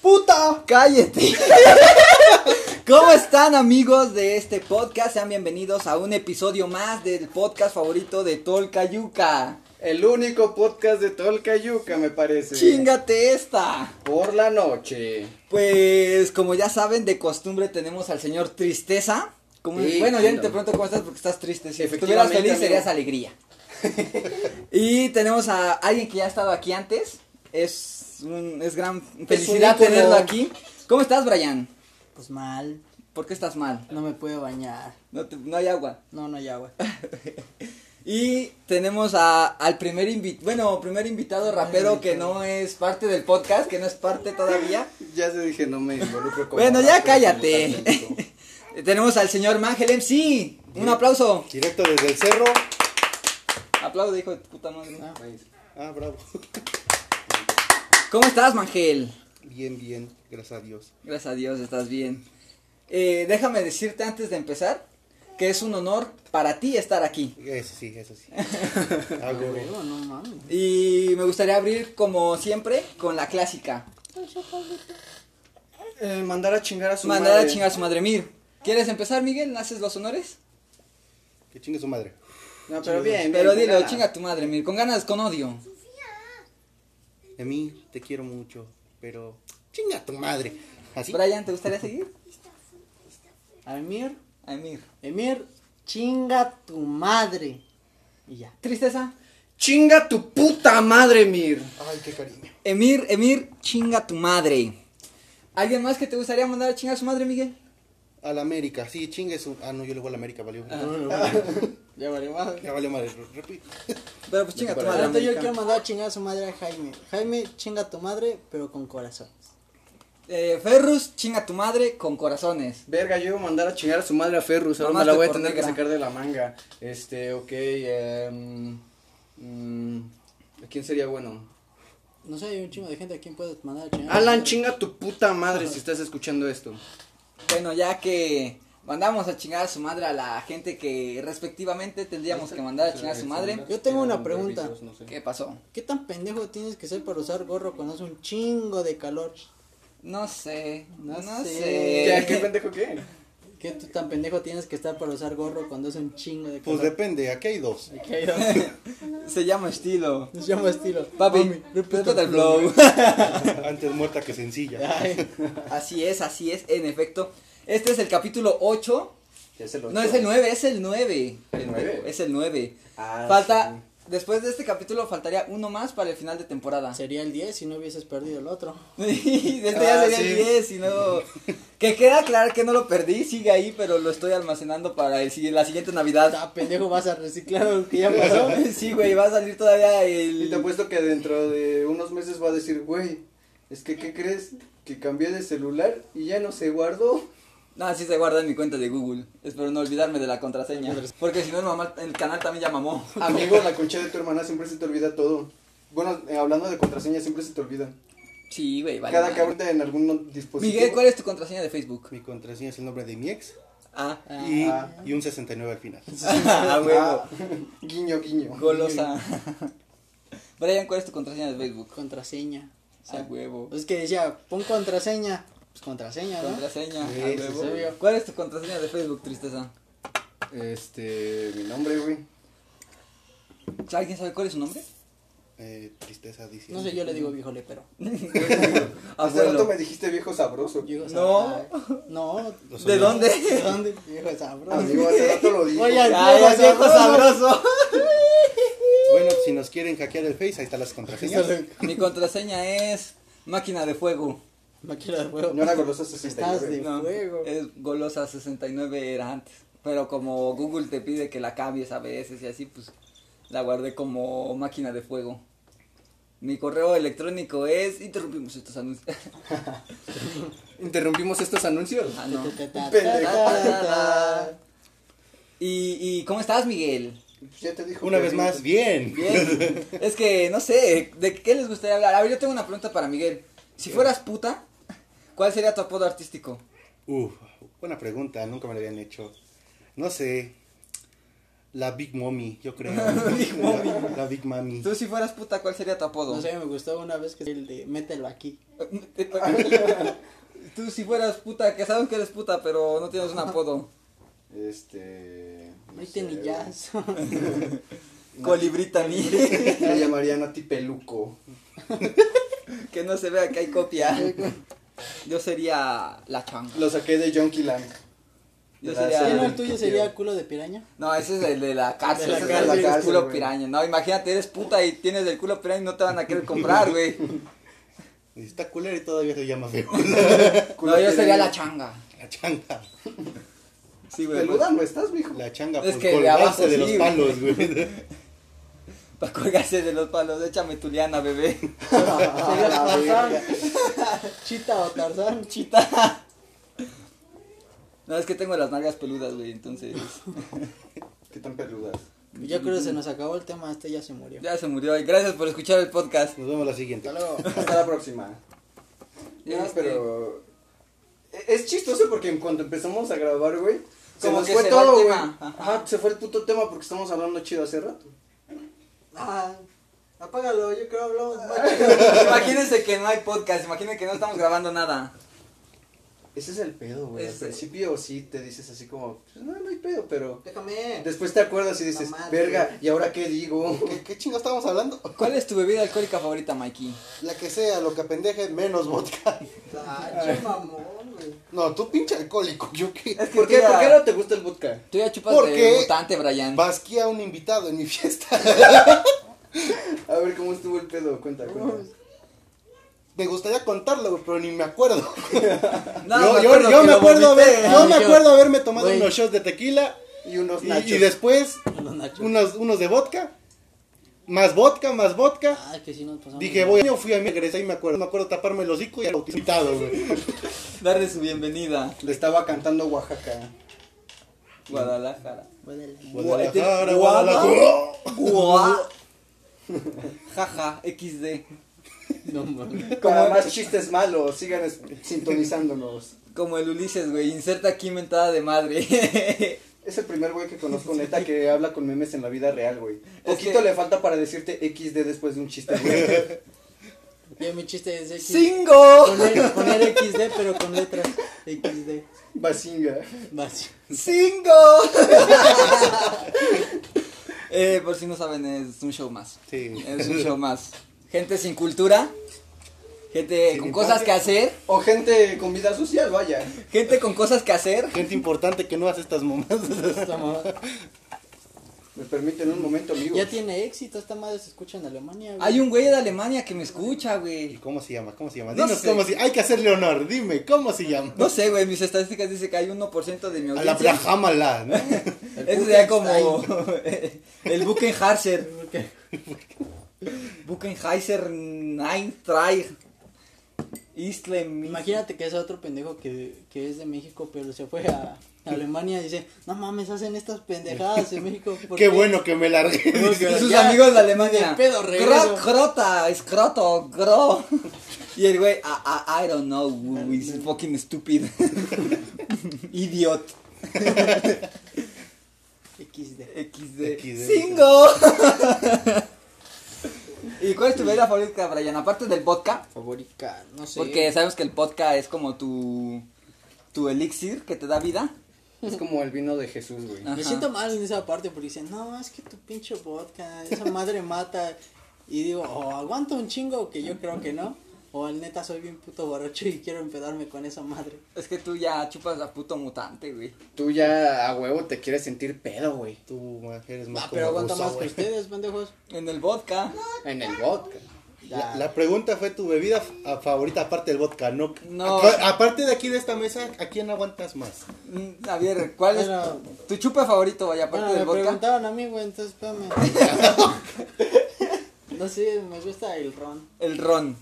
¡Puta! ¡Cállate! ¿Cómo están amigos de este podcast? Sean bienvenidos a un episodio más del podcast favorito de Tolcayuca. El único podcast de Tolcayuca, me parece. ¡Chingate esta! Por la noche. Pues como ya saben, de costumbre tenemos al señor Tristeza. Como- Sí, bueno, ya ni claro. te pregunto cómo estás porque estás triste. Si estuvieras Efectivamente, feliz amigo. serías alegría. y tenemos a alguien que ya ha estado aquí antes. Es, un- es gran felicidad ícono. tenerlo aquí. ¿Cómo estás, Brian? Pues mal, ¿Por qué estás mal? no me puedo bañar. No, te- no hay agua. No, no hay agua. Y tenemos a, al primer invitado, bueno, primer invitado rapero que no es parte del podcast, que no es parte todavía. Ya se dije, no me involucro con. Bueno, ya con cállate. tanto. tenemos al señor Mangel MC. Un aplauso. Directo desde el cerro. Aplaude, hijo de tu puta madre. Ah, bravo. ¿Cómo estás, Mangel? Bien, bien, gracias a Dios. Gracias a Dios, estás bien. Eh, déjame decirte antes de empezar que es un honor para ti estar aquí. Eso sí, eso sí. Ah, Ah, huevo. huevo, no mames. Y me gustaría abrir, como siempre, con la clásica. Eh, mandar a chingar a su Mandar a madre. chingar a su madre Mir. ¿Quieres empezar, Miguel? ¿Haces los honores? que chingue su madre. No, pero bien, bien. Pero dilo, Eh, nada. chinga a tu madre Mir, con ganas, con odio. A mí te quiero mucho, pero chinga tu madre. Así. Brian, ¿te gustaría seguir? Almir, A Mir. Emir, chinga tu madre. Y ya. Tristeza. Chinga tu puta madre, Mir. Ay, qué cariño. Emir, Emir, chinga a tu madre. ¿Alguien más que te gustaría mandar a chingar a su madre, Miguel? A la América, sí, chingue su. Ah, no, yo le voy a la América, valió. Ya vale, madre. Ya valió madre, repito. Pero pues chinga a tu Ahorita madre. Ahorita yo América. quiero mandar a chingar a su madre a Jaime. Jaime, chinga tu madre, pero con corazón. Eh, Ferrus, chinga a tu madre con corazones. Verga, yo iba a mandar a chingar a su madre a Ferrus. Ahora me Mamaste la voy a por tener que negra. sacar de la manga. Este, ok. em, mm, ¿A quién sería bueno? No sé, hay un chingo de gente a quien puedes mandar a chingar. a su Alan, madre. chinga tu puta madre si estás escuchando esto. Bueno, ya que mandamos a chingar a su madre a la gente que respectivamente tendríamos que mandar a chingar a su madre. Yo tengo una pregunta. ¿Qué pasó? ¿Qué tan pendejo tienes que ser para usar gorro cuando hace un chingo de calor? No sé, no, No sé. sé. ¿Qué, ¿Qué pendejo qué? ¿Qué tú tan pendejo tienes que estar para usar gorro cuando hace un chingo de Pues calor? depende, aquí hay dos. Aquí hay dos. Se llama estilo. Nos llama estilo. Papi, Mami, respeta el flow. Antes muerta que sencilla. Ay, Así es, así es, en efecto. Este es el capítulo 8. Es el No, es el 9, es el 9. ¿El nueve? Es el 9. Ah, Falta, sí. después de este capítulo faltaría uno más para el final de temporada. sería el 10 si no hubieses perdido el otro. Y de este Ah, ya sería el 10, sí. y no... Que queda aclarar que no lo perdí, sigue ahí, pero lo estoy almacenando para el, si- la siguiente Navidad. Ah, pendejo, vas a reciclar lo que ya pasó. Sí, güey, va a salir todavía Y te el... apuesto que dentro de unos meses va a decir, güey, es que ¿qué crees? Que cambié de celular y ya no se guardó. No, sí se guarda en mi cuenta de Google. Espero no olvidarme de la contraseña. Porque si no, el, mamá- el canal también ya mamó. Amigo, la concha de tu hermana siempre se te olvida todo. Bueno, eh, hablando de contraseña, siempre se te olvida. Sí, güey, vale. Cada que ahorita en algún no- dispositivo. Miguel, ¿cuál es tu contraseña de Facebook? Mi contraseña es el nombre de mi ex Ah, y, Ah. y un 69 al final. ah, huevo. Ah, guiño, guiño. Golosa. Brian, ¿cuál es tu contraseña de Facebook? Contraseña. O sea, Ah, huevo. pues es que decía, pon contraseña. Pues contraseña, ¿no? Contraseña. Sí, ah, sí, huevo. sí, obvio. ¿Cuál es tu contraseña de Facebook, tristeza? Este, mi nombre, güey. ¿Alguien sabe cuál es su nombre? Eh, tristeza dice. No sé, yo le digo viejole, pero. Hace rato Abuelo. me dijiste viejo sabroso. Viejo No. sab- No. Los ¿De odio. dónde? ¿De dónde? Viejo sabroso. Amigo, hace rato lo dijo. Oye, Ay, el viejo sabroso. Bueno, si nos quieren hackear el Face, ahí están las contraseñas. Mi contraseña es máquina de fuego. Máquina de fuego. No era golosa Estás 69. de fuego. Es golosa 69 era antes. Pero como Google te pide que la cambies a veces y así, pues la guardé como máquina de fuego. Mi correo electrónico es. Interrumpimos estos anuncios. Interrumpimos estos anuncios. Ah, no. Ta, ta, ta, Pendejo. ta, ta, ta. ¿Y, y cómo estás, Miguel? Pues Ya te dijo Una que vez bien. más, bien. Bien. es que no sé, ¿de qué les gustaría hablar? A ver, yo tengo una pregunta para Miguel. Si fueras puta, ¿cuál sería tu apodo artístico? Uf, buena pregunta, nunca me la habían hecho. No sé. La Big Mommy, yo creo. Big Mommy. La Big Mami. Tú si fueras puta, ¿cuál sería tu apodo? No sé, me gustó una vez que el de mételo aquí. Tú si fueras puta, que sabes que eres puta, pero no tienes un apodo. Este. no Mete sé, mi jazz. Colibrita ni güey. La llamaría Nati Peluco. que no se vea que hay copia. Yo sería la changa. Lo saqué de Jonky Lang. Yo La sería- serie ¿Sí, no, del el tuyo tío. sería culo de piraña? No, ese es el de la cárcel, De la ese es el de cárcel, la cárcel, culo güey. piraña. No, imagínate, eres puta y tienes el culo piraña y no te van a querer comprar, güey. Está culero y todavía se llama feo. No, yo sería la ch... changa. La changa. Sí, güey. Peluda no estás, mijo. La changa Es por que de colgarse abajo de sí, los güey. palos, güey. Para colgarse de los palos, échame tu liana, bebé. Ah, ¿Sería Tarzán? ¿Chita o Tarzán? Chita. No, es que tengo las nalgas peludas, güey, entonces. ¿Qué tan peludas? Yo creo que se nos acabó el tema, este ya se murió. Ya se murió. Y Gracias por escuchar el podcast. Nos vemos la siguiente. Hasta luego. Hasta la próxima. No, Este, pero. e- Es chistoso porque en cuanto empezamos a grabar, güey. Se Como nos que fue se va todo, el güey. tema. Ajá. Ajá, se fue el puto tema porque estamos hablando chido hace rato. Ah, apágalo, yo creo hablamos Ah. Imagínense que no hay podcast, imagínense que no estamos grabando nada. Ese es el pedo, güey. Al Ese. principio sí te dices así como, pues no, no hay pedo, pero. Déjame. Después te acuerdas y dices, Mamá, verga, ¿y ahora qué digo? ¿Qué, qué chingo estábamos hablando? ¿Cuál es tu bebida alcohólica favorita, Mikey? La que sea, lo que apendeje, menos vodka. Ah. Ay, Ah, mamón, güey. No, tú pinche alcohólico, yo qué. Es que ¿Por qué? tú ya- ¿Por qué no te gusta el vodka? Tú ya chupas ¿Por de qué? mutante, Brian. Basqué a un invitado en mi fiesta. A ver cómo estuvo el pedo, cuenta, cuenta. Me gustaría contarlo, güey, pero ni me acuerdo. No, yo yo- yo que me lo acuerdo, vomité. haber, yo me Ah, yo- acuerdo haberme tomado güey. unos shots de tequila Y unos y, nachos. y después Los nachos. unos, unos de vodka. Más vodka, más vodka. Ah, que sí nos pasamos. Dije, voy, yo fui a mi regresé y me acuerdo. Me acuerdo taparme el hocico y al invitado, güey. Darle su bienvenida, Le estaba cantando Oaxaca. Guadalajara. Huélele. Guadalajara, Guada- Guadalajara. Guá. Jaja, XD. No, mames. Para más chistes malos, sigan es- sintonizándonos. Como el Ulises, güey, inserta aquí mentada de madre. Es el primer güey que conozco, neta, que habla con memes en la vida real, güey. Poquito que- le falta para decirte XD después de un chiste, güey. Yo mi chiste es X. E, ¡Cingo! Poner, poner XD, pero con letras. XD. Basinga. Vacío. ¡Cingo! eh, por si no saben, es un show más. Sí. Es un show más. Gente sin cultura, gente Sin con infancia. cosas que hacer, O gente con vida social, vaya. gente con cosas que hacer. Gente importante que no hace estas mamadas. Esta mamada. Me permiten un momento, amigo. Ya tiene éxito, esta madre se escucha en Alemania. güey. Hay un güey de Alemania que me escucha, ¿Y güey. cómo se llama? ¿Cómo se llama? No Dinos sé. cómo se Hay que hacerle honor. Dime, ¿cómo se llama? No sé, güey, mis estadísticas dicen que hay 1% de mi A la audiencia. plajámala, ¿no? Eso sería como el Buckenheiser. ¿Por qué? Buckenheiser Nine Try. Isle Imagínate que es otro pendejo que, que es de México, pero se fue a Alemania y dice, no mames, hacen estas pendejadas en México. ¿por Qué bueno que me largué. Tengo Y que- sus ya, amigos de de Alemania. pedo, regreso. Gro- grota, escroto, gro. Y el güey, "Ah, I, I, I don't know, is fucking stupid. Idiot. XD. XD. XD. Cingo. ¿Y cuál es tu bebida favorita, Brian? Aparte del vodka, Favorita, no sé. porque sabemos que el vodka es como tu, tu elixir que te da vida. Es como el vino de Jesús, güey. Ah. Me Ajá. siento mal en esa parte porque dicen, no, es que tu pinche vodka, esa madre mata. Y digo, o aguanto un chingo, que yo creo que no, o al neta soy bien puto borracho y quiero empedarme con esa madre. Es que tú ya chupas a puto mutante, güey. Tú ya a huevo te quieres sentir pedo, güey. Tú ma, eres más Ah, como pero aguanta ruso, más que güey. ustedes, pendejos. En el vodka. En el vodka. La, la pregunta fue tu bebida f- a- favorita aparte del vodka, no. No. Apa- Aparte de aquí de esta mesa, ¿a quién aguantas más? Mm, A ver, ¿cuál es Bueno. tu chupe favorito, vaya, aparte Bueno, me del vodka? preguntaban a mí, güey, entonces espérame. no sé, me gusta el ron. El ron.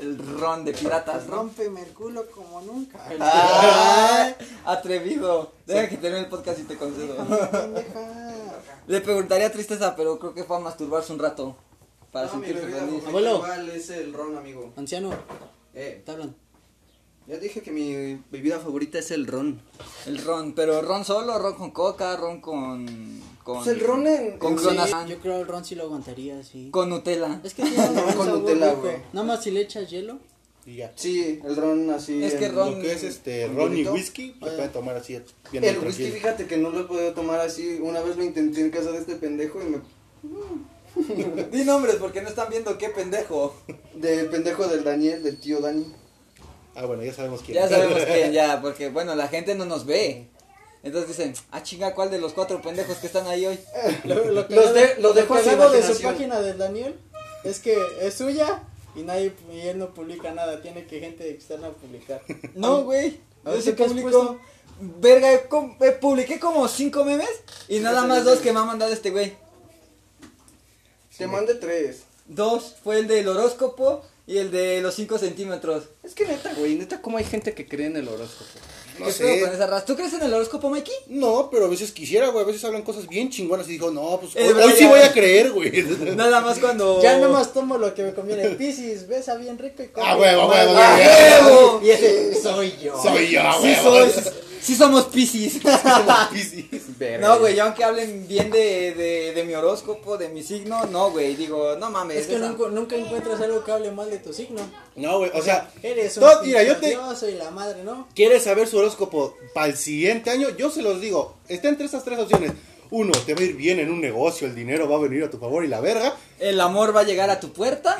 El ron de piratas, ron. Rómpeme el culo como nunca. ¡Ah! Atrevido. Deja que termine el podcast y te concedo. Pendeja. Le preguntaría tristeza, pero creo que fue a masturbarse un rato. Para No, mi sentirse bebida feliz. favorita Abuelo. igual es el ron, amigo. Anciano, Eh, te hablan. ya dije que mi bebida favorita es el ron. El ron, pero ron solo, ron con coca, ron con con, Pues el ron en- con en- clonazepam, Eh, yo creo el ron sí lo aguantaría, sí. con Nutella. Es que tiene un No, buen con sabor Nutella, rico. güey. Nada más si le echas hielo. Y ya. Sí, el ron así. Es que en- ron- Lo que es este ¿Un ron y bonito? whisky, se puede tomar así bien El tranquilo. whisky, fíjate que no lo he podido tomar así. Una vez lo intenté en casa de este pendejo y me. Di nombres porque no están viendo qué pendejo. Del pendejo del Daniel, del tío Dani. Ah, bueno, ya sabemos quién. Ya sabemos quién, ya, porque bueno, la gente no nos ve. Entonces dicen, ah, chinga, ¿cuál de los cuatro pendejos que están ahí hoy? Lo, lo Los de- cagado- los dejo a su cagado de su imaginación. página de Daniel es que es suya y nadie y él no publica nada, tiene que gente externa publicar. No, güey. a Yo ver, sí ¿qué has publico. puesto? Verga, he com- he publiqué como cinco memes y nada más dos que me ha mandado este güey. Te mandé tres. Dos fue el del horóscopo y el de los cinco centímetros. Es que neta, Pues güey, neta, ¿cómo hay gente que cree en el horóscopo? No ¿Qué pedo con sé. esa raza? ¿Tú crees en el horóscopo, Mikey? No, pero a veces quisiera, güey. A veces hablan cosas bien chingonas y dijo, no, pues Eh, hoy, hoy sí Brian. voy a creer, güey. Nada más cuando. Ya nomás tomo lo que me conviene. Piscis, besa bien rico y come Ah, huevo, mal. huevo, ¡Ah, huevo. huevo! Y ese soy yo. Soy yo, Sí, Ah, güey. soy- sí somos piscis. Verga. No, güey, yo aunque hablen bien de, de, de mi horóscopo, de mi signo, no, güey, digo, no mames. Es que esa- nunca, nunca encuentras algo que hable mal de tu signo. No, güey, o sea, Eres un todo- mira, yo pinche te, Dios, soy la madre, ¿no? ¿Quieres saber su horóscopo para el siguiente año? Yo se los digo, está entre esas tres opciones. Uno, te va a ir bien en un negocio, el dinero va a venir a tu favor y la verga. El amor va a llegar a tu puerta.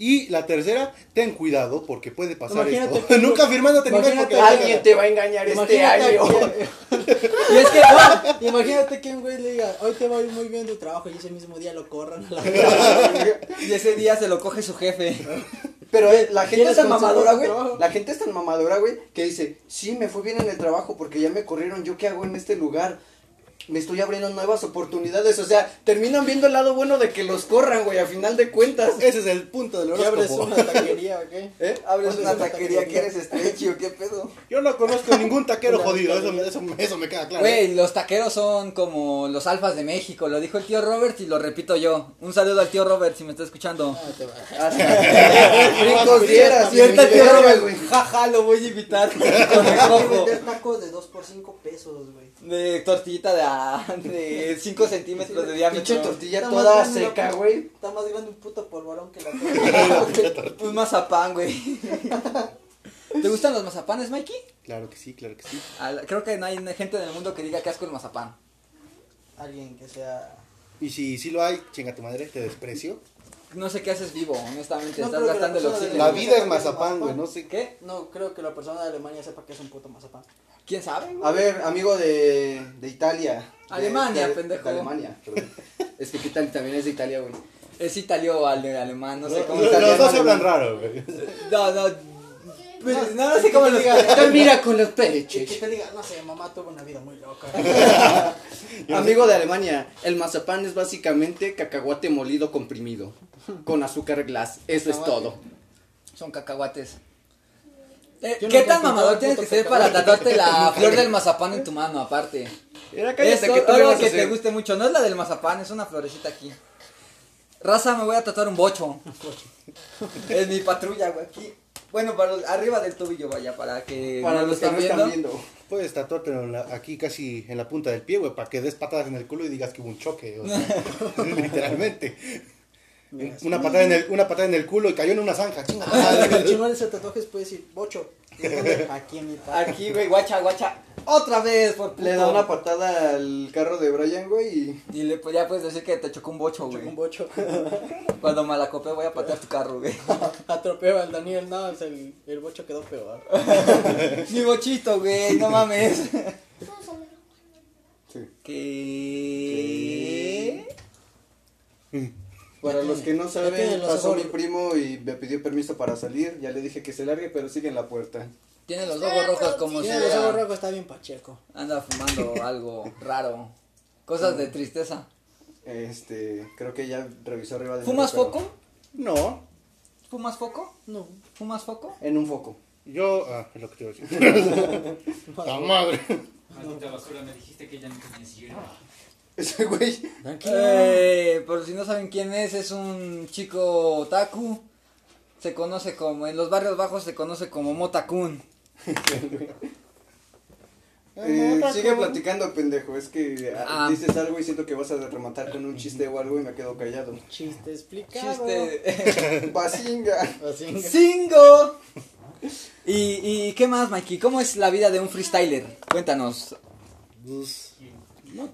Y la tercera, ten cuidado porque puede pasar Imagínate esto. que- Nunca firmándote nunca imagínate porque- Alguien te va a engañar este Imagínate año. Y es que que- imagínate que un güey le diga, hoy te va a ir muy bien tu trabajo y ese mismo día lo corran a la Y ese día se lo coge su jefe. Pero eh, la gente ¿Quieres es tan conservar mamadora, tu güey. trabajo? La gente es tan mamadora, güey, que dice, sí, me fue bien en el trabajo porque ya me corrieron, ¿yo qué hago en este lugar? Me estoy abriendo nuevas oportunidades. O sea, terminan viendo el lado bueno de que los corran, güey, a final de cuentas. Ese es el punto del Y abres horóscopo. una taquería, ¿ok? ¿Eh? Abres Ponte una una taquería que taquería. eres estrecho, qué pedo. Yo no conozco ningún taquero Una jodido, eso, taquería. eso, eso me queda claro. Güey, los taqueros son como los alfas de México, lo dijo el tío Robert y lo repito yo. Un saludo al tío Robert si me está escuchando. Ah, te va. Ricos dieras. Y ahorita el tío Verga, Robert, güey. jaja, lo voy a invitar con el cojo. tacos de 2 por 5 pesos, güey. De tortillita de a- de 5 centímetros de Pinche diámetro. tortilla Está toda más grande la seca, pu- güey. Está más grande un puto polvorón que la Un mazapán, güey. ¿Te gustan los mazapanes, Mikey? Claro que sí, claro que sí. A la- Creo que no hay gente en el mundo que diga que asco el mazapán. Alguien que sea. Y si, si lo hay, chinga tu madre, te desprecio. No sé qué haces vivo, honestamente. No Estás creo que la gastando el persona oxígeno. La vida es mazapán, güey, no sé qué. ¿Qué? No creo que la persona de Alemania sepa que es un puto mazapán. ¿Quién sabe? güey? A ver, amigo de, de Italia. De- Alemania, de- pendejo. de Alemania, perdón. Es que qué tal también es de Italia, güey. Es italiano al alemán, no sé cómo. Los italiano, dos hablan ¿no? raro, güey. No, no. pues, No, no sé cómo lo digas. Termina con los Que peches. te diga, no sé, mamá tuvo una vida muy loca. Amigo de Alemania, el mazapán es básicamente cacahuate molido comprimido con azúcar glass. Eso es todo. Son cacahuates. Eh, Yo ¿Qué nunca tan he mamador comprado tienes un que puto ser para cacahuate. tatuarte la flor del mazapán en tu mano, aparte? Era Es cállate que tú me algo vas a que te hacer. guste mucho. No es la del mazapán, es una florecita aquí. Raza, me voy a tatuar un bocho. es mi patrulla, güey, aquí. Bueno, para los- arriba del tobillo, vaya, para que Para no los que no están viendo. Puedes tatuártelo en la- aquí casi en la punta del pie, güey, para que des patadas en el culo y digas que hubo un choque, o sea, literalmente. Una patada, en el, una patada en el culo y cayó en una zanja, chinga tu madre. Para chingón ese tatuajes puede decir, bocho. Aquí en mi padre. Aquí, güey, guacha, guacha. Otra vez, por puto. Le da una patada al carro de Brian, güey, y Y le, pues, ya puedes decir que te chocó un bocho, güey. Un bocho. Cuando me la copé voy a patear tu carro, güey. Atropeo al Daniel, no, es el, el bocho quedó peor. Mi bochito, güey, no mames. Sí. ¿Qué? Para Ya los tiene- que no ya tiene saben, los pasó ojos- mi primo y me pidió permiso para salir. Ya le dije que se largue, pero sigue en la puerta. Tiene los ojos rojos como si Tiene los ojos era- rojos, está bien pacheco. anda fumando algo raro. Cosas de tristeza. Este, creo que ya revisó arriba de mí, ¿Fumas pero- foco? No, ¿Fumas foco? No. ¿Fumas foco? En un foco. yo. Ah, es lo que te iba a decir. ¡La madre! Maldita basura, me dijiste que ya no tenías hierba. Ese güey. Tranquilo. Eh, por si no saben quién es, es un chico otaku. Se conoce como, en los barrios bajos se conoce como Motakun. Eh, Mata, sigue cabrón. platicando, pendejo. Es que Ah. ah, dices algo y siento que vas a rematar con un chiste o algo y me quedo callado. Chiste explicado. Chiste. Basinga. Así. ¡Cingo! ¿Y, ¿Y qué más, Mikey? ¿Cómo es la vida de un freestyler? Cuéntanos. Pues,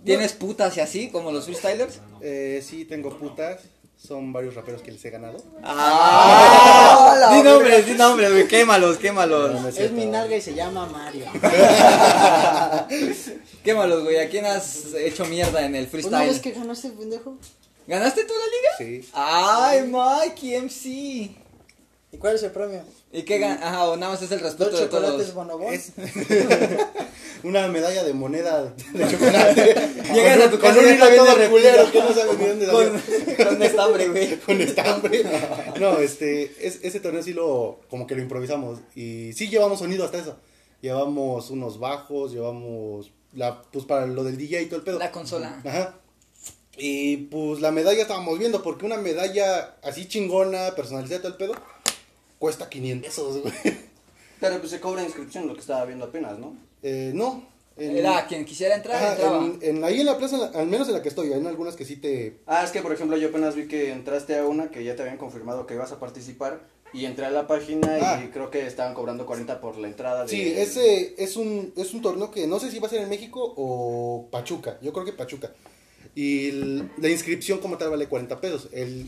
¿Tienes putas y así como los freestylers? eh, sí, tengo putas. Son varios raperos que les he ganado. ¡Ah! Di nombres, di nombres, güey. Quémalos, No, no quémalos. Es cierto. mi nalga y se llama Mario. Quémalos, güey. ¿A quién has hecho mierda en el Una vez freestyle? que ganó este pendejo. ¿Ganaste tú la liga? Sí. ¡Ay, Mikey, MC! ¿Y cuál es el premio? ¿Y qué gan... Ajá, o nada más es el respeto Dos de todos. chocolates bonobón. Es- Una medalla de moneda de chocolate. Llegas a tu casa con y ya un hilo está bien todo derretido. culero que no sabes ni dónde salió. Con, con estambre, güey. con estambre. No, este, es, ese torneo sí lo, como que lo improvisamos. Y sí llevamos sonido hasta eso. Llevamos unos bajos, llevamos, la, pues para lo del DJ y todo el pedo. La consola. Ajá. Y pues la medalla estábamos viendo, porque una medalla así chingona, personalizada y todo el pedo, cuesta 500 pesos, güey. Pero pues se cobra inscripción, lo que estaba viendo apenas, ¿no? Eh, no. en- Era quien quisiera entrar, ajá, entraba. en- en- ahí en la plaza, en la- al menos en la que estoy, hay algunas que sí te... Ah, es que por ejemplo yo apenas vi que entraste a una que ya te habían confirmado que ibas a participar y entré a la página Ah. y creo que estaban cobrando 40 por la entrada. De... Sí, ese es un, es un torneo que no sé si va a ser en México o Pachuca. Yo creo que Pachuca. Y el- la inscripción como tal vale 40 pesos. El,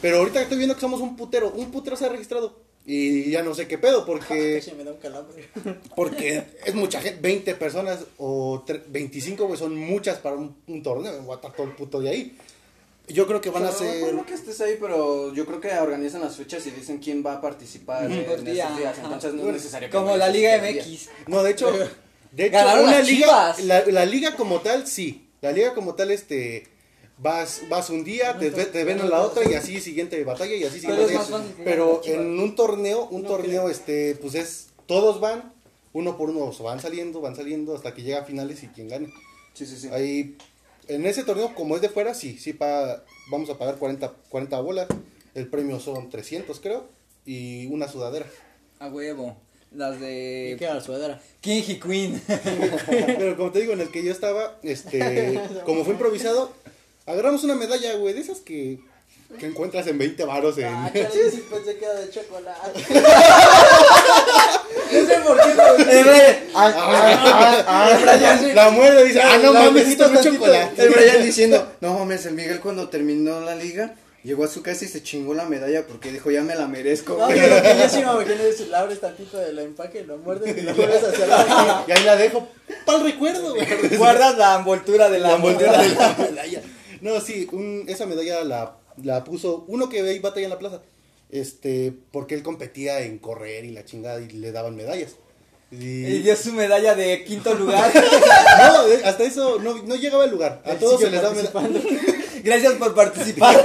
pero ahorita estoy viendo que somos un putero. Un putero se ha registrado. Y ya no sé qué pedo, porque, Casi me da un calambre. porque es mucha gente. 20 personas o tre- 25, güey, son muchas para un, un torneo. Voy a estar todo el puto de ahí. Yo creo que van a Pero no me ser... acuerdo que estés ahí, pero yo creo que organizan las fechas y dicen quién va a participar Ujú. en Por esos día, días. ajá. Entonces no es necesario que Como vayas la ese Liga día. MX. No, de hecho, de hecho Ganaron una las liga, Chivas. la, la liga como tal, sí. La liga como tal, este, vas, vas un día, te, ve- te ven a la otra y así siguiente batalla y así siguiente Pero es batalla. más fácil que Pero ganen las Chivas. en un torneo, un No torneo, este, pues es, todos van, uno por uno, se van saliendo, van saliendo hasta que llega a finales y quien gane. Sí, sí, sí. Ahí, en ese torneo, como es de fuera, sí, sí, pa- vamos a pagar 40, 40 bolas. El premio son 300, creo, y una sudadera. A huevo. Las ¿Y qué de era la sudadera? King y Queen. Pero como te digo, en el que yo estaba, este, como fue improvisado, agarramos una medalla, güey, de esas que, que encuentras en 20 varos en... Ah, claro, yo sí pensé que era de chocolate. no sé por qué. el, Brian, Ah, ah, ah, la muerde dice, ah, no La mames, besito esto es tantito. chocolate. El Brian diciendo, no mames, el Miguel cuando terminó la liga, llegó a su casa y se chingó la medalla porque dijo, ya me la merezco. No, güey". pero lo que yo sí me imagino es la abres tantito del empaque, lo muerdes y lo vuelves a cerrar. Y ahí la dejo pa'l recuerdo, güey. Guardas la envoltura de la, La envoltura de la medalla. No, sí, un- esa medalla la, la puso uno que veía batalla en la plaza. Este, porque él competía en correr y la chingada y le daban medallas. Y, Y dio su medalla de quinto lugar. No, de- hasta eso no, no llegaba el lugar. A Él todos sigue se les daba medalla. Gracias por participar.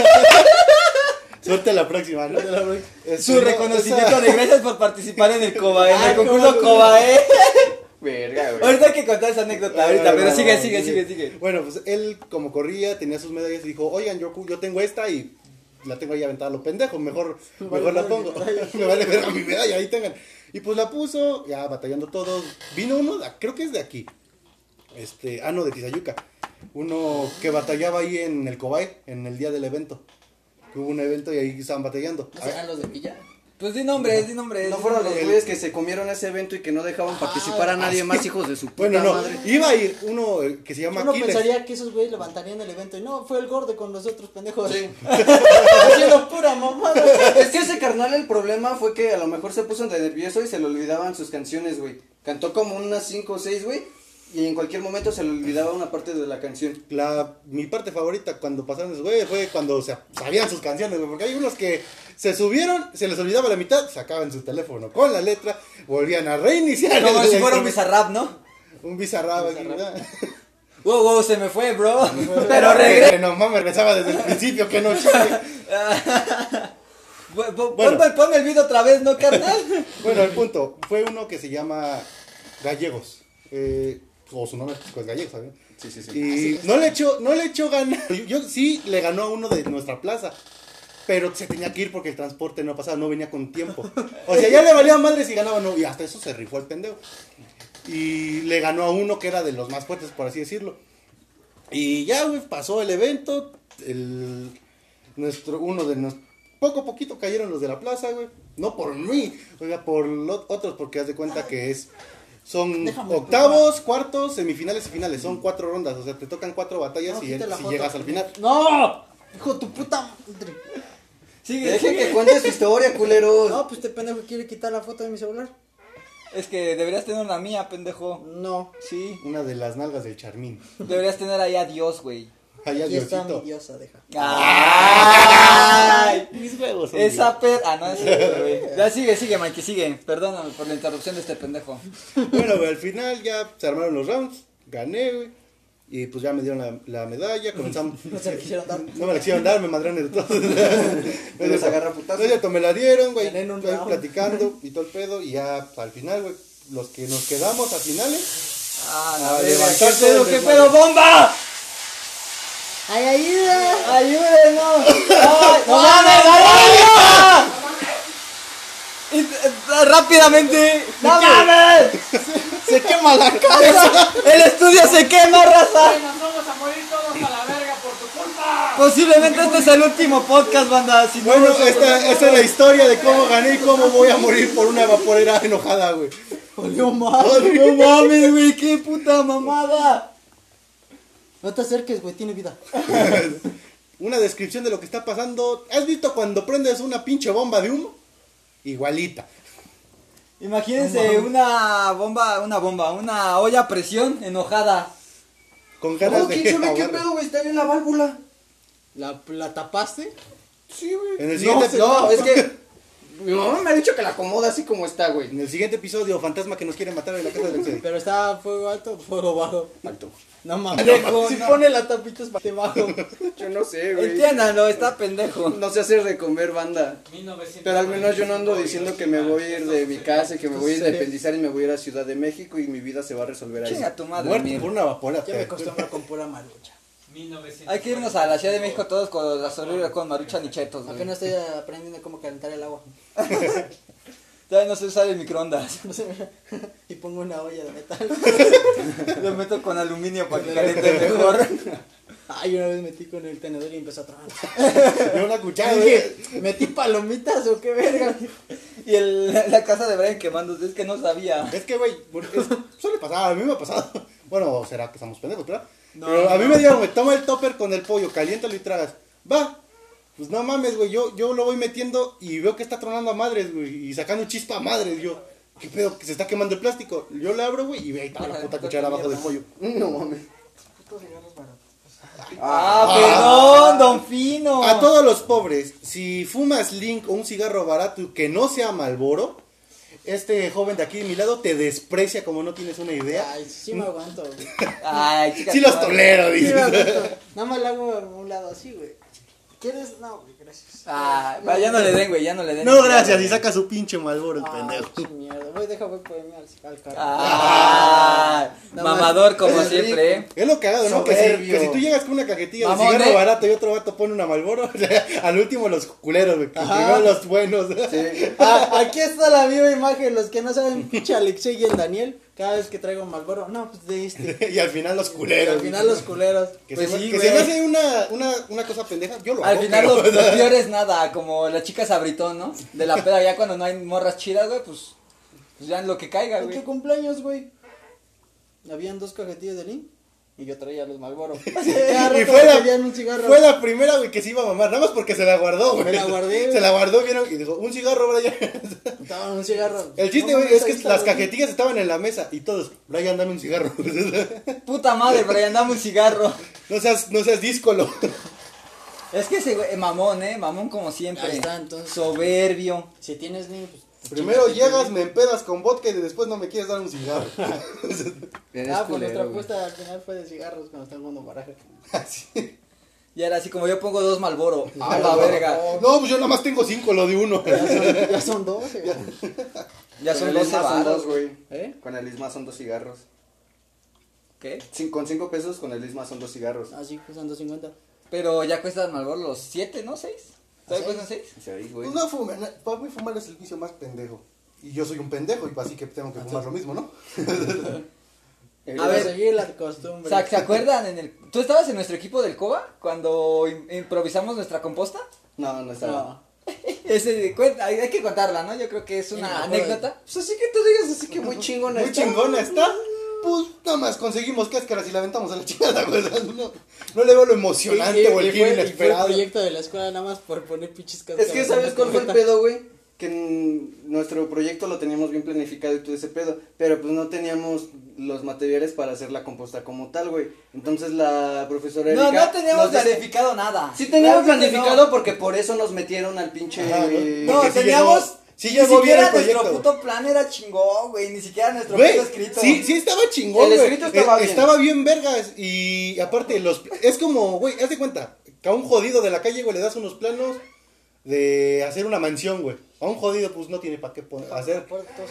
Suerte a la próxima, ¿no? Este, Su no, reconocimiento esa- de gracias por participar en el Cobae, en Ah, el concurso ¿cómo? Cobae. Verga, güey. Ahorita hay que contar esa anécdota ahorita, Ah, pero no, sigue, no, sigue, sigue, sigue. Bueno, pues él como corría, tenía sus medallas y dijo, oigan, yo, yo tengo esta y la tengo ahí aventada a lo pendejo, mejor, Vale, mejor la vale, pongo. mi medalla. Me vale ver mi medalla, ahí tengan. Y pues la puso, ya batallando todos. Vino uno, de- creo que es de aquí. Este, ah, no, de Tizayuca. Uno que batallaba ahí en el Cobay, en el día del evento. Hubo un evento y ahí estaban batallando. ¿No serán los de Villa? Pues di nombres, di nombres. No di fueron los nombres. güeyes que se comieron ese evento y que no dejaban participar a nadie más, hijos de su puta Bueno, no, madre. iba a ir uno eh, que se llama Uno Aquiles. pensaría que esos güeyes levantarían el evento y no, fue el gordo con los otros pendejos. Haciendo pura mamada. Es que ese carnal el problema fue que a lo mejor se puso de nervioso y se le olvidaban sus canciones, güey. Cantó como unas 5 o 6, güey. Y en cualquier momento se le olvidaba una parte de la canción. La, mi parte favorita cuando pasaron esos güeyes fue cuando se sabían sus canciones, güey, porque hay unos que se subieron, se les olvidaba la mitad, sacaban su teléfono con la letra, volvían a reiniciar. Como el- si fuera el- un bizarrap, ¿no? Un bizarrap aquí, ¿verdad? Wow, wow, se me fue, bro. Pero regresé. Que No mames, regresaba desde el principio, que no chingue. Bueno. Ponme, ponme el video otra vez, ¿no, carnal? Bueno, el punto, fue uno que se llama Gallegos, eh, o su nombre es pues, Gallegos, ¿sabes? Sí, sí, Ah, sí. Y no le echó, no le echó ganas. Yo, yo sí le ganó a uno de nuestra plaza. Pero se tenía que ir porque el transporte no pasaba, no venía con tiempo. O sea, ya le valía madre si ganaba, no. Y hasta eso se rifó el pendejo. Y le ganó a uno que era de los más fuertes, por así decirlo. Y ya, güey, pasó el evento. El, nuestro, uno de nos Poco a poquito cayeron los de la plaza, güey. No por mí, oiga, por lo- otros, porque haz de cuenta que es. Son Déjame octavos, cuartos, semifinales y finales. Son cuatro rondas, o sea, te tocan cuatro batallas No, y quita la si foto. llegas al final. ¡No! Hijo de tu puta madre. Sigue, Dejen sigue. que cuente su historia, culeros. No, pues este pendejo quiere quitar la foto de mi celular. Es que deberías tener una mía, pendejo. No. Sí. Una de las nalgas del Charmín. Deberías tener ahí a Dios, güey. Allá Aquí está mi Diosito. diosa, deja. ¡Ay! Mis huevos. son Esa per... Ah, no, es... Ya sigue, sigue, Mikey, sigue. Perdóname por la interrupción de este pendejo. mías. Bueno, güey, al final ya se armaron los rounds. Gané, güey. Y pues ya me dieron la, la medalla. Comenzamos. No se la quisieron dar. No me la quisieron dar, me mandaron el todo. Me los agarra a putazos. No, ya to- me la dieron, güey. Gané en un Ahí round. platicando y todo el pedo. Y ya pues, al final, güey, los que nos quedamos a finales. Ah, A la verga, ¿Qué levantar todo pedo, el qué desmadre. pedo, bomba? ¡Ay, ayuda! ¡Ayúdenos! ¡Ay, ¡No mames, la radio! Y, eh, Rápidamente, ¡No mames! ¡Se quema la cara! El estudio se quema, raza. Nos vamos a morir todos a la verga por tu culpa. Posiblemente este es el último podcast, banda. Si no, Bueno, no se- esta, esta es la historia de cómo gané y cómo voy a morir por una vaporera enojada, güey. ¡Olió mal! Ay, no mames, güey, qué puta mamada. No te acerques, güey, tiene vida. Una descripción de lo que está pasando. ¿Has visto cuando prendes una pinche bomba de humo? Igualita. Imagínense una bomba, una bomba, una olla a presión enojada. Con ganas No, de Oh, ¿Quién sabe qué ahogarla. pedo, güey? Está bien la válvula. ¿La, la tapaste? En el No, siguiente, no, es que. Mi mamá me ha dicho que la acomoda así como está, güey. en el siguiente episodio, fantasma que nos quiere matar en la casa del Excel. Pero está fuego alto o fuego bajo. Alto. No mames. Dejo, si pone la tapita es para abajo. Yo no sé, Entiéndanlo, está pendejo. No sé hacer de comer banda. 1945. Pero al menos yo no ando diciendo que me voy a ir de mi casa, y que me voy a independizar y me voy a ir a Ciudad de México y mi vida se va a resolver ahí. Chinga tu madre, Muerto mierda. por una vapora. Ya me acostumbro con pura marucha. 1945. Hay que irnos a la Ciudad de México todos con la sonrisa con marucha ni chetos, güey. Apenas estoy aprendiendo cómo calentar el agua. Todavía no sé usar el microondas. y pongo una olla de metal. Lo meto con aluminio para que caliente mejor. Ay, una vez metí con el tenedor y empezó a tragar. Yo una cuchara. Dije, güey. ¿metí palomitas o qué verga? Y el- la casa de Brian quemándose, es que no sabía. Es que, güey, porque es- suele pasar. A mí me ha pasado. Bueno, será que estamos pendejos, ¿verdad? Pero a mí me dijeron, güey, toma el topper con el pollo, caliéntalo y tragas. Va. Pues no mames, güey. Yo, yo lo voy metiendo y veo que está tronando a madres, güey. Y sacando chispa a madres. Yo, ¿qué pedo? Que se está quemando el plástico. Yo le abro, güey, y ve, ahí estaba la puta cuchara abajo del pollo. No mames. Ah, perdón, don Fino. A todos los pobres, si fumas Link o un cigarro barato que no sea Malboro, este joven de aquí de mi lado te desprecia como no tienes una idea. Ay, sí me aguanto. güey. Ay, chica, Sí tu los madre. tolero, Sí me dices. aguanto. Nada más le hago a un lado así, güey. ¿Quieres? No, güey, gracias. Ah, va, ya no le den, güey, ya no le den. No, gracias, y saca su pinche Malboro el Ah, pendejo. qué mierda. Voy, deja, voy, ponerme al, al carro. Ah, mamador como Es rico. siempre. ¿eh? Es lo cagado, ¿no? Que si, Soberbio. que si tú llegas con una cajetilla de Mamón, cigarro ¿eh? barato y otro vato pone una Malboro, al último los culeros, güey. que Ajá. Primero los buenos. Ah, aquí está la viva imagen, los que no saben, pinche Alexei y el Daniel, cada vez que traigo un Malboro, no, pues de este. y al final los Y culeros. al final los culeros. Que, Pues se, me- sí, que se me güey. hace una, una, una cosa pendeja, yo lo Al hago, final pero- lo, lo peor es nada, como la chica sabritón, ¿no? De la peda, ya cuando no hay morras chidas, güey, pues, pues ya en lo que Ah, caiga, En tu güey. cumpleaños, güey. Habían dos cajetillas de Lin y yo traía los Malboro. Y fue la- un cigarro. Fue la primera, güey, que se iba a mamar, nada más porque se la guardó, güey. Me la guardé, güey. Se la guardó, vieron, y dijo, un cigarro, Brian. Estaba en un cigarro. El chiste, No güey, mames, es que ahí está, las güey. cajetillas estaban en la mesa y todos, Brian, dame un cigarro. Puta madre, Brian, dame un cigarro. no seas, no seas díscolo. Es que ese güey, eh, mamón, ¿eh? Mamón como siempre. Ahí está, entonces. Soberbio. Si tienes Lin, pues. Primero chingate, llegas, Lin. me empedas con vodka y después no me quieres dar un cigarro. Eres Ah, culero, pues nuestra güey. apuesta al final fue de cigarros cuando están jugando baraja. Así. Y ahora así como yo pongo dos Malboro. Ah, A la no, verga. No, pues yo nada más tengo cinco, lo de uno. Ya son, ya son 12, güey. Ya Con son el 12 Isma son varos. dos, güey. ¿Eh? Con el Isma son dos cigarros. ¿Qué? Cin- con cinco pesos, con el Isma son dos cigarros. Así, pues son 250. Pero ya cuestan Malboro los 7, ¿no? ¿6? ¿Todavía ¿Seis? cuestan 6? Sí, ahí, güey. Pues no fumen, para mí fumar es el vicio más pendejo. Y yo soy un pendejo, y pues así que tengo que fumar lo mismo, ¿no? A Eh, A ver. ver, seguir la costumbre. Zach, ¿se acuerdan? En el... ¿Tú estabas en nuestro equipo del COBA cuando im- improvisamos nuestra composta? No, no estaba. No. Ese, cuenta, hay, hay que contarla, ¿no? Yo creo que es Sí, me una acuerdo. anécdota. Pues así que tú digas así que muy chingona Muy está. chingona está. Pues nada más conseguimos cáscaras y la aventamos a la chingada, güey. O sea, No, no le veo lo emocionante Y- y- o el y giro fue- y fue inesperado. proyecto de la escuela nada más por poner pinches Es cáscaras. que sabes cuál fue el pedo, güey. Que en nuestro proyecto lo teníamos bien planificado y todo ese pedo. Pero pues no teníamos los materiales para hacer la composta como tal, güey. Entonces la profesora No, Erika no teníamos nos dice- planificado nada. Sí teníamos Realmente planificado no. porque por eso nos metieron al pinche... Ajá, ¿no? No, Porque sí teníamos. llegó- sí ni llegó bien siquiera el proyecto, nuestro güey. puto plan era chingón, güey. Ni siquiera nuestro Güey, puto escrito. sí, sí estaba chingón, El güey. escrito estaba Eh, bien. Estaba bien vergas y aparte los es como, güey, haz de cuenta, que a un jodido de la calle, güey, le das unos planos de hacer una mansión, güey. A un jodido pues no tiene para qué pon- hacer.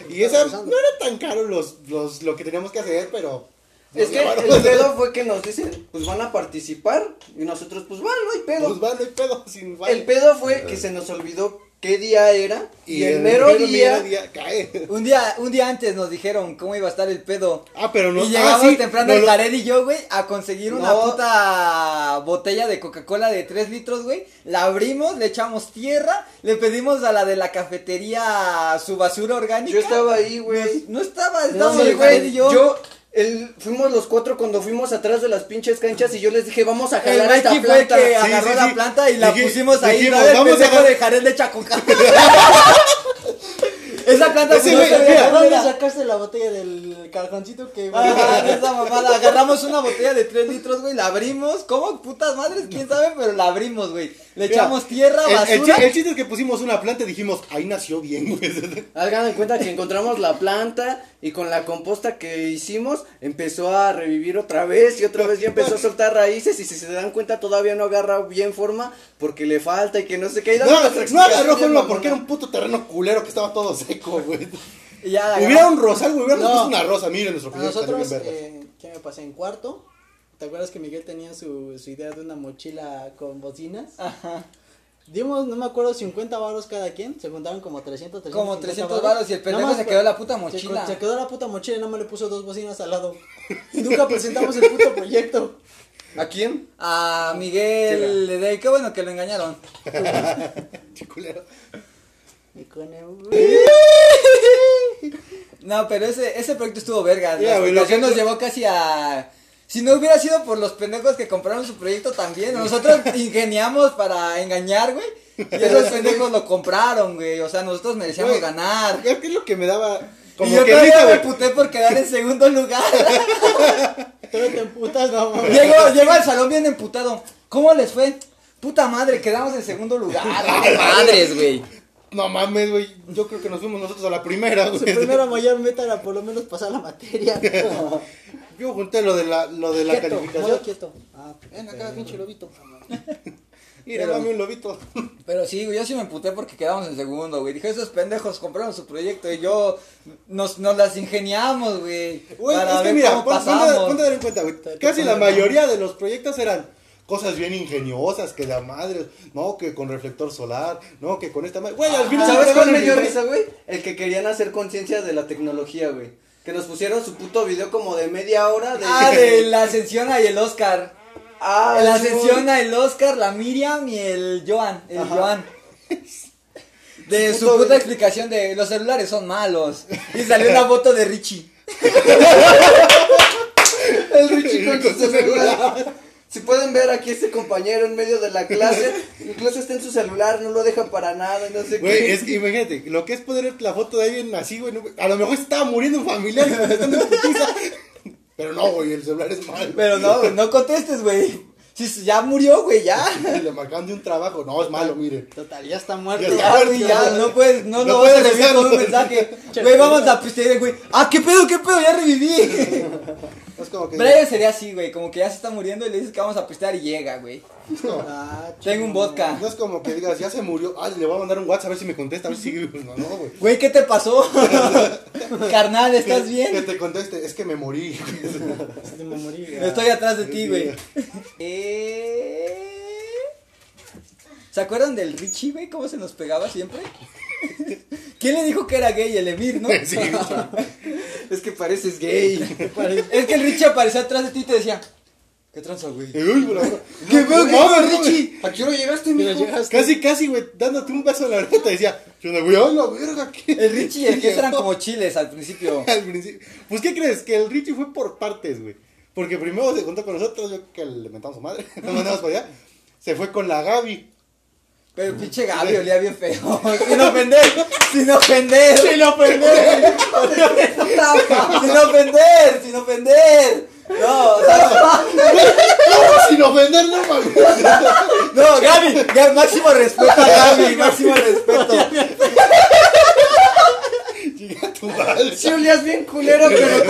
Y esa no era tan caro los, los lo que teníamos que hacer, pero Es que Bueno, el pedo fue que nos dicen, pues van a participar. Y nosotros, pues van, no hay pedo. pues va, no hay pedo sin el pedo fue que se nos olvidó qué día era. Y, el, mero mero día... día cae. Un día, un día antes nos dijeron cómo iba a estar el pedo. Ah, pero no y llegamos ah, sí, temprano no el lo- Jared y yo, güey, a conseguir una No. puta botella de Coca-Cola de 3 litros, güey. La abrimos, le echamos tierra, le pedimos a la de la cafetería su basura orgánica. Pues, Yo estaba ahí, güey. No estaba, No, estábamos sí, el Jared güey, y yo. yo, el, fuimos los cuatro cuando fuimos atrás de las pinches canchas y yo les dije, vamos a El jalar esta Mikey fue planta. que Sí, agarró sí, la sí. planta y la Dijimos- pusimos ahí. dijimos, ¿no? El vamos a pendejo agarrar- de Jared le echa coca. Esa planta Ese pues, no güey, se ve mira. afuera. ¿Dónde sacaste la botella del cartoncito que... Ah, esa mamada. Agarramos una botella de 3 litros, güey, la abrimos. ¿Cómo putas madres? ¿Quién sabe? Pero la abrimos, güey. Le Mira, echamos tierra, el- el, basura. chi- el chiste es que pusimos una planta y dijimos, ahí nació bien, güey. Hagan en cuenta que encontramos la planta y con la composta que hicimos empezó a revivir otra vez y otra vez ya empezó a soltar raíces y si se dan cuenta todavía no agarra bien forma porque le falta y que no sé qué. Y damos No, nuestra no explicación agarró bien forma mamona. porque era un puto terreno culero que estaba todo seco, güey. Y ya la Hubiera agarramos. un rosal, güey, hubiéramos No. puesto una rosa, miren nuestro A proyecto nosotros, también, vergas. eh, ¿qué me pasé? En cuarto, ¿te acuerdas que Miguel tenía su, su idea de una mochila con bocinas? Dimos, no me acuerdo, 50 varos cada quien, se juntaron como 300, 300 Como 300 varos y el pendejo se quedó la puta mochila. Se, quedó la puta mochila y nada más le puso dos bocinas al lado. Y nunca presentamos el puto proyecto. ¿A quién? A Miguel le qué bueno que lo engañaron. Qué culero. Y con el- No, pero ese, ese proyecto estuvo verga. Ya, la güey, lo explotación que- nos llevó casi a. Si no hubiera sido por los pendejos que compraron su proyecto también. Nosotros ingeniamos para engañar, güey. Y esos pendejos lo compraron, güey. O sea, nosotros merecíamos Güey, ganar. Ya, ¿Qué es lo que me daba? Como y yo que todavía risa, me güey. puté por quedar en segundo lugar. Pero te emputas, no mames. llego, llego al salón bien emputado. ¿Cómo les fue? Puta madre, quedamos en segundo lugar. Vale, madres, güey. No mames, güey. Yo creo que nos fuimos nosotros a la primera, Su güey. primera mayor meta era por lo menos pasar la materia. Yo junté lo de la, lo de la quieto, calificación. modo quieto. Ah, Ven acá, pinche lobito. Mira, Pero- mami, un lobito. Pero sí, güey, yo sí me emputé porque quedamos en segundo, güey. Dije, esos pendejos compraron su proyecto y yo nos, nos las ingeniamos, güey. Güey, para es que ver mira, cómo pon- ponte pasamos. ponte a dar en cuenta, güey. Te- te Casi la ponen- mayoría de los proyectos eran cosas bien ingeniosas, que la madre, no, que con reflector solar, no, que con esta madre. Güey, al final. Ah, ¿Sabes se cuál van me dio en- risa, güey? El que querían hacer conciencia de la tecnología, güey. Que nos pusieron su puto video como de media hora de... Ah, de la ascensión y el Oscar. Ah, la sí, güey. ascensión el Oscar, la Miriam y el Joan. El Ajá. Joan. De Su su puto puta video. explicación de los celulares son malos. Y salió una foto de Richie. El Richie con su celular. Si pueden ver aquí este compañero en medio de la clase, incluso está en su celular, no lo deja para nada, no sé Güey, qué. es que imagínate, lo que es poner la foto de alguien así, güey. no, güey. a lo mejor estaba muriendo un familiar y me están dando putiza. Pero no, güey, el celular es malo. Pero no, güey, no contestes, güey. Si s- ya murió, güey, ya. Y le marcaban de un trabajo. No, es malo, mire. Total, ya está muerto. Ya está. Ya, güey, ya, no puedes, no, No lo vas a puedes revivir hacerlo. con un mensaje. Güey, vamos a pistear, güey. Ah, qué pedo, qué pedo, ya reviví. Es como que. Brian sería así, güey, como que ya se está muriendo y le dices que vamos a pistear y llega, güey. es como- Ah, Tengo un vodka. no es como que digas, ya se murió. Ah, le voy a mandar un WhatsApp a ver si me contesta. A ver si sigue. vivo. No, no, güey. Güey, ¿qué te pasó? Carnal, ¿estás Que bien? te conteste, es que me morí. chingada, me morí, ya. Estoy atrás de ti, güey. Eh, ¿Se acuerdan del Richie, güey? ¿Cómo se nos pegaba siempre? ¿Quién le dijo que era gay? El Emir, ¿no? Sí, güey. Es que pareces gay. Es que el Richie aparecía atrás de ti y te decía, ¿qué tranza, güey? Uy, por la boca. ¿Qué veo, No, mames, güey? Richie. ¿A qué hora llegaste, Mira, mijo? llegaste. Casi, casi, güey, dándote un beso en la oreja te decía, yo no, güey, a la verga, ¿qué? El Richie y el Jess eran como chiles al principio. Al principio. Pues, ¿qué crees? Que el Richie fue por partes, güey. Porque primero se juntó con nosotros, yo creo que le mentamos a su madre, lo mandamos para allá. Se fue con la Gaby. Pero pinche Gaby olía bien feo. Sin ofender, sin ofender. Sin ofender. sin ofender, sin ofender. No, o sea, ¡No, sin ofender, no, mames! no, Gaby, Gaby, máximo respeto a Gaby, máximo respeto. Chinga tu madre. Sí olías bien culero, pero... Pero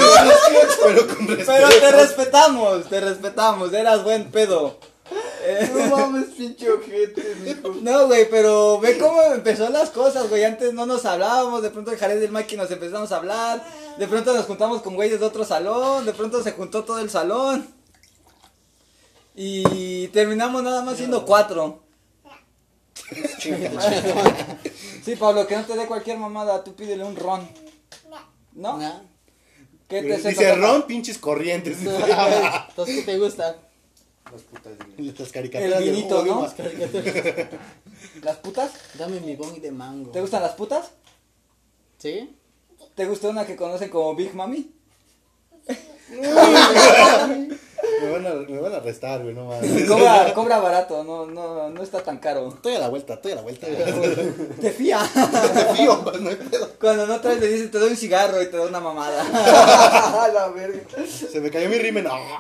con respeto. Pero te respetamos, te respetamos, eras buen pedo. No mames, pinche ojete, mijo. No, güey, pero ve cómo empezó las cosas, güey. Antes no nos hablábamos, de pronto en Jared del Maqui nos empezamos a hablar, de pronto nos juntamos con güeyes de otro salón, de pronto se juntó todo el salón. Y terminamos nada más siendo cuatro. Sí, Pablo, que no te dé cualquier mamada, tú pídele un ron. ¿No? Nah. ¿Qué te hace Dice esa mamada? Ron, pinches corrientes. Entonces, ¿qué te gusta? Las putas, güey. Las caricaturas. El del vinito, odio ¿no? más car- ¿Las putas? Dame mi bong de mango. ¿Te gustan las putas? ¿Sí? ¿Te gusta una que conocen como Big Mami? Me van, a, me van a arrestar, güey, no mames. Cobra, cobra barato, no, no, no está tan caro. Estoy a la vuelta, estoy a la vuelta. Te fía. Te fío, no hay pedo. Cuando no traes le dicen te doy un cigarro y te da una mamada. A la verga. Se me cayó mi rimen. ¡Ah!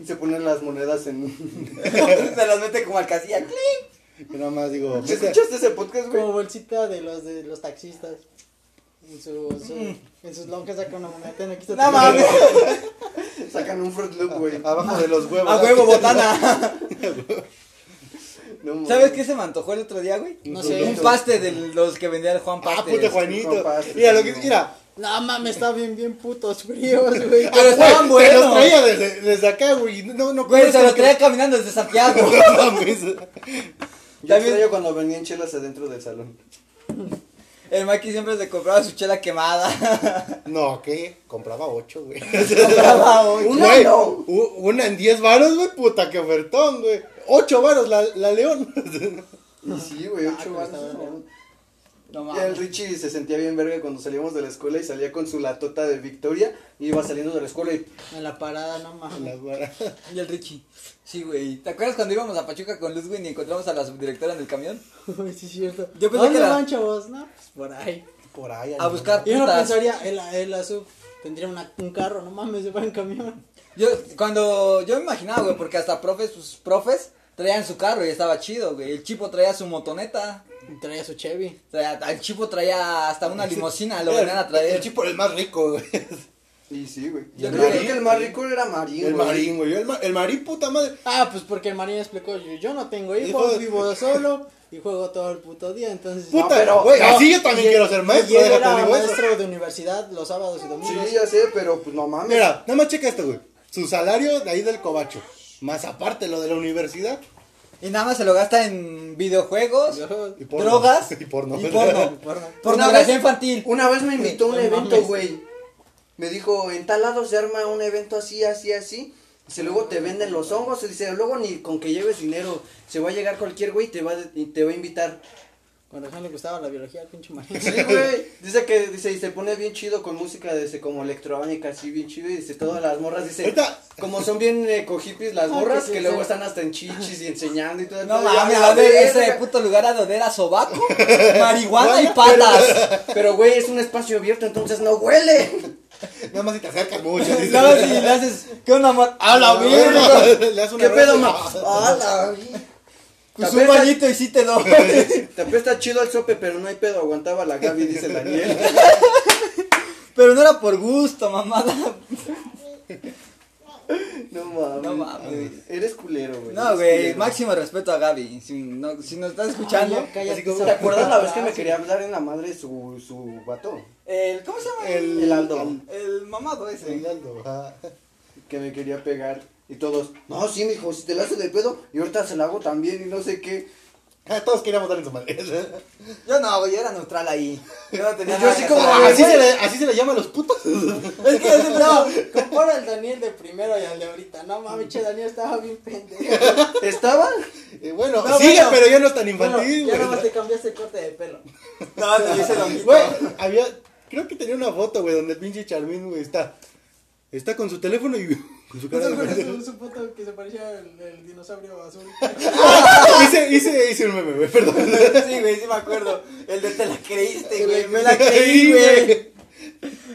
Y se ponen las monedas en... Se las mete como al casilla. Yo nada más digo, ¿Ya vete, ¿Escuchaste ese podcast, güey? Como bolsita de los de los taxistas. En, su, su- en sus lonjas saca una moneda. No, quita No mames. Sacan un Fruit Loop, güey. Ah, abajo de los huevos. A huevo, botana. No mames. ¿Sabes qué se me antojó el otro día, güey? No sé. Un paste de los que vendía el Juan Ah, Paste. puta Con Juanito. pastes, Mira, lo que, no. mira. No mames, está bien, bien putos fríos, Ah, güey. Pero estaban güey, se buenos. los traía desde, desde acá, güey. No, no, Güey, se no- lo traía caminando desde Santiago. No mames. Yo También- extraño cuando venían chelas adentro del salón. El Maki siempre se compraba su chela quemada. No, ¿qué? Compraba ocho, güey. Una Güey, no. u- Una en diez varos, güey, puta, qué ofertón, güey. Ocho varos, la, la león. Y sí, güey, Ah, ocho cómo varos, estaba, ¿no? No Ya el mames. Richie se sentía bien verga cuando salíamos de la escuela y salía con su latota de Victoria y iba saliendo de la escuela y En la parada, no mames. Las varas. Y el Richie. Sí, güey. ¿Te acuerdas cuando íbamos a Pachuca con Luzwin y encontramos a la subdirectora en el camión? Uy, sí, es cierto. Yo pensé ¿A ¿Dónde que era- van, chavos? No, pues por ahí. Por ahí. A buscar Yo no putas. pensaría, el, el azul tendría una- un carro, no mames, se va en camión. Yo, cuando, yo me imaginaba, güey, porque hasta profes, sus profes traían su carro y estaba chido, güey. El chipo traía su motoneta. Y traía su Chevy. Traía, el chipo traía hasta una limosina, lo Era- venían a El traer. chipo era el más rico, güey. y sí, güey. Y Yo el creo marín. que el más rico era Marín, El güey. marín, güey. El, ma- el marín, puta madre. Ah, pues porque el marín explicó, yo, yo no tengo Hijo hijos, de- vivo solo y juego todo el puto día, entonces... Puta, pero- güey, no, así yo también Y- quiero ser y maestro. él déjate era de huevos. maestro de universidad los sábados y domingos. Sí, ya sé, pero pues no mames. Mira, nada más checa esto, güey. Su salario de ahí del cobacho. Más aparte lo de la universidad. Y nada más se lo gasta en videojuegos, Yo- Y porno. drogas Y porno. porno. Pornografía Una vez- infantil. Una vez me invitó a un No evento, mames. güey. Me dijo, en tal lado se arma un evento así, así, así. Dice, luego te venden los hongos. y Dice, luego ni con que lleves dinero. Se va a llegar cualquier güey y te va, a- y te va a invitar. Con razón le gustaba la biología al pinche marín. Sí, güey. Dice que dice, y se pone bien chido con música dice, como electrónica, así bien chido. Y dice, todas las morras, dice, Ahorita- como son bien eco-hippies las Ah, morras, que que, sí, luego sí. están hasta en chichis y enseñando y todo. No Entonces, mames, ya, la a ver, verga. ese puto lugar a donde era sobaco, marihuana y patas. Pero, güey, es un espacio abierto, entonces no huele. Nada más si te acercas mucho. dice. Nada más si le haces, ¿qué onda, Pues, amor? A la A ver, verga. no, le das una ¿Qué rosa. pedo, ma? ¡Hala! Pues También un está- bañito y sí te doy. Te apesta chido el sope, pero no hay pedo, aguantaba la Gaby, dice Daniel. Pero no era por gusto, mamada. No mames. No mames. Eres culero, güey. No, Eres güey, culero. máximo respeto a Gaby. Si, no- si nos estás escuchando, Ay, ya cállate, Así como- esa ¿Te acuerdas la vez que frase? me quería hablar en la madre su, su vato? el, ¿cómo se llama? El- El Aldo. el- el mamado Sí, ese. Aldo, ajá. que me quería pegar. Y todos, no, sí, mijo, si te la hace de pedo, y ahorita se la hago también, y no sé qué. Ah, Todos queríamos darle su madre. Yo no, güey, yo era neutral ahí. Yo no tenía Yo nada así que como, hacer. güey, Ah, así, se le, así se le llama a los putos. Es que ese- no, compara al Daniel de primero y al de ahorita. No mames, che, Daniel estaba bien pendejo. ¿Estaba? Eh, bueno, No, sigue, bueno. pero ya no es tan Bueno, infantil, ya güey. nada más te cambiaste el corte de pelo. No, no, yo se lo quito. Güey, había. Creo que tenía una foto, güey, donde el pinche Charmín, güey, está. Está con su teléfono y con su cara de Su, su foto que se parecía al al dinosaurio azul. hice, hice, hice un meme, güey, perdón. Sí, güey, sí me acuerdo. El de te la creíste, güey. Me la Ahí, creí, güey.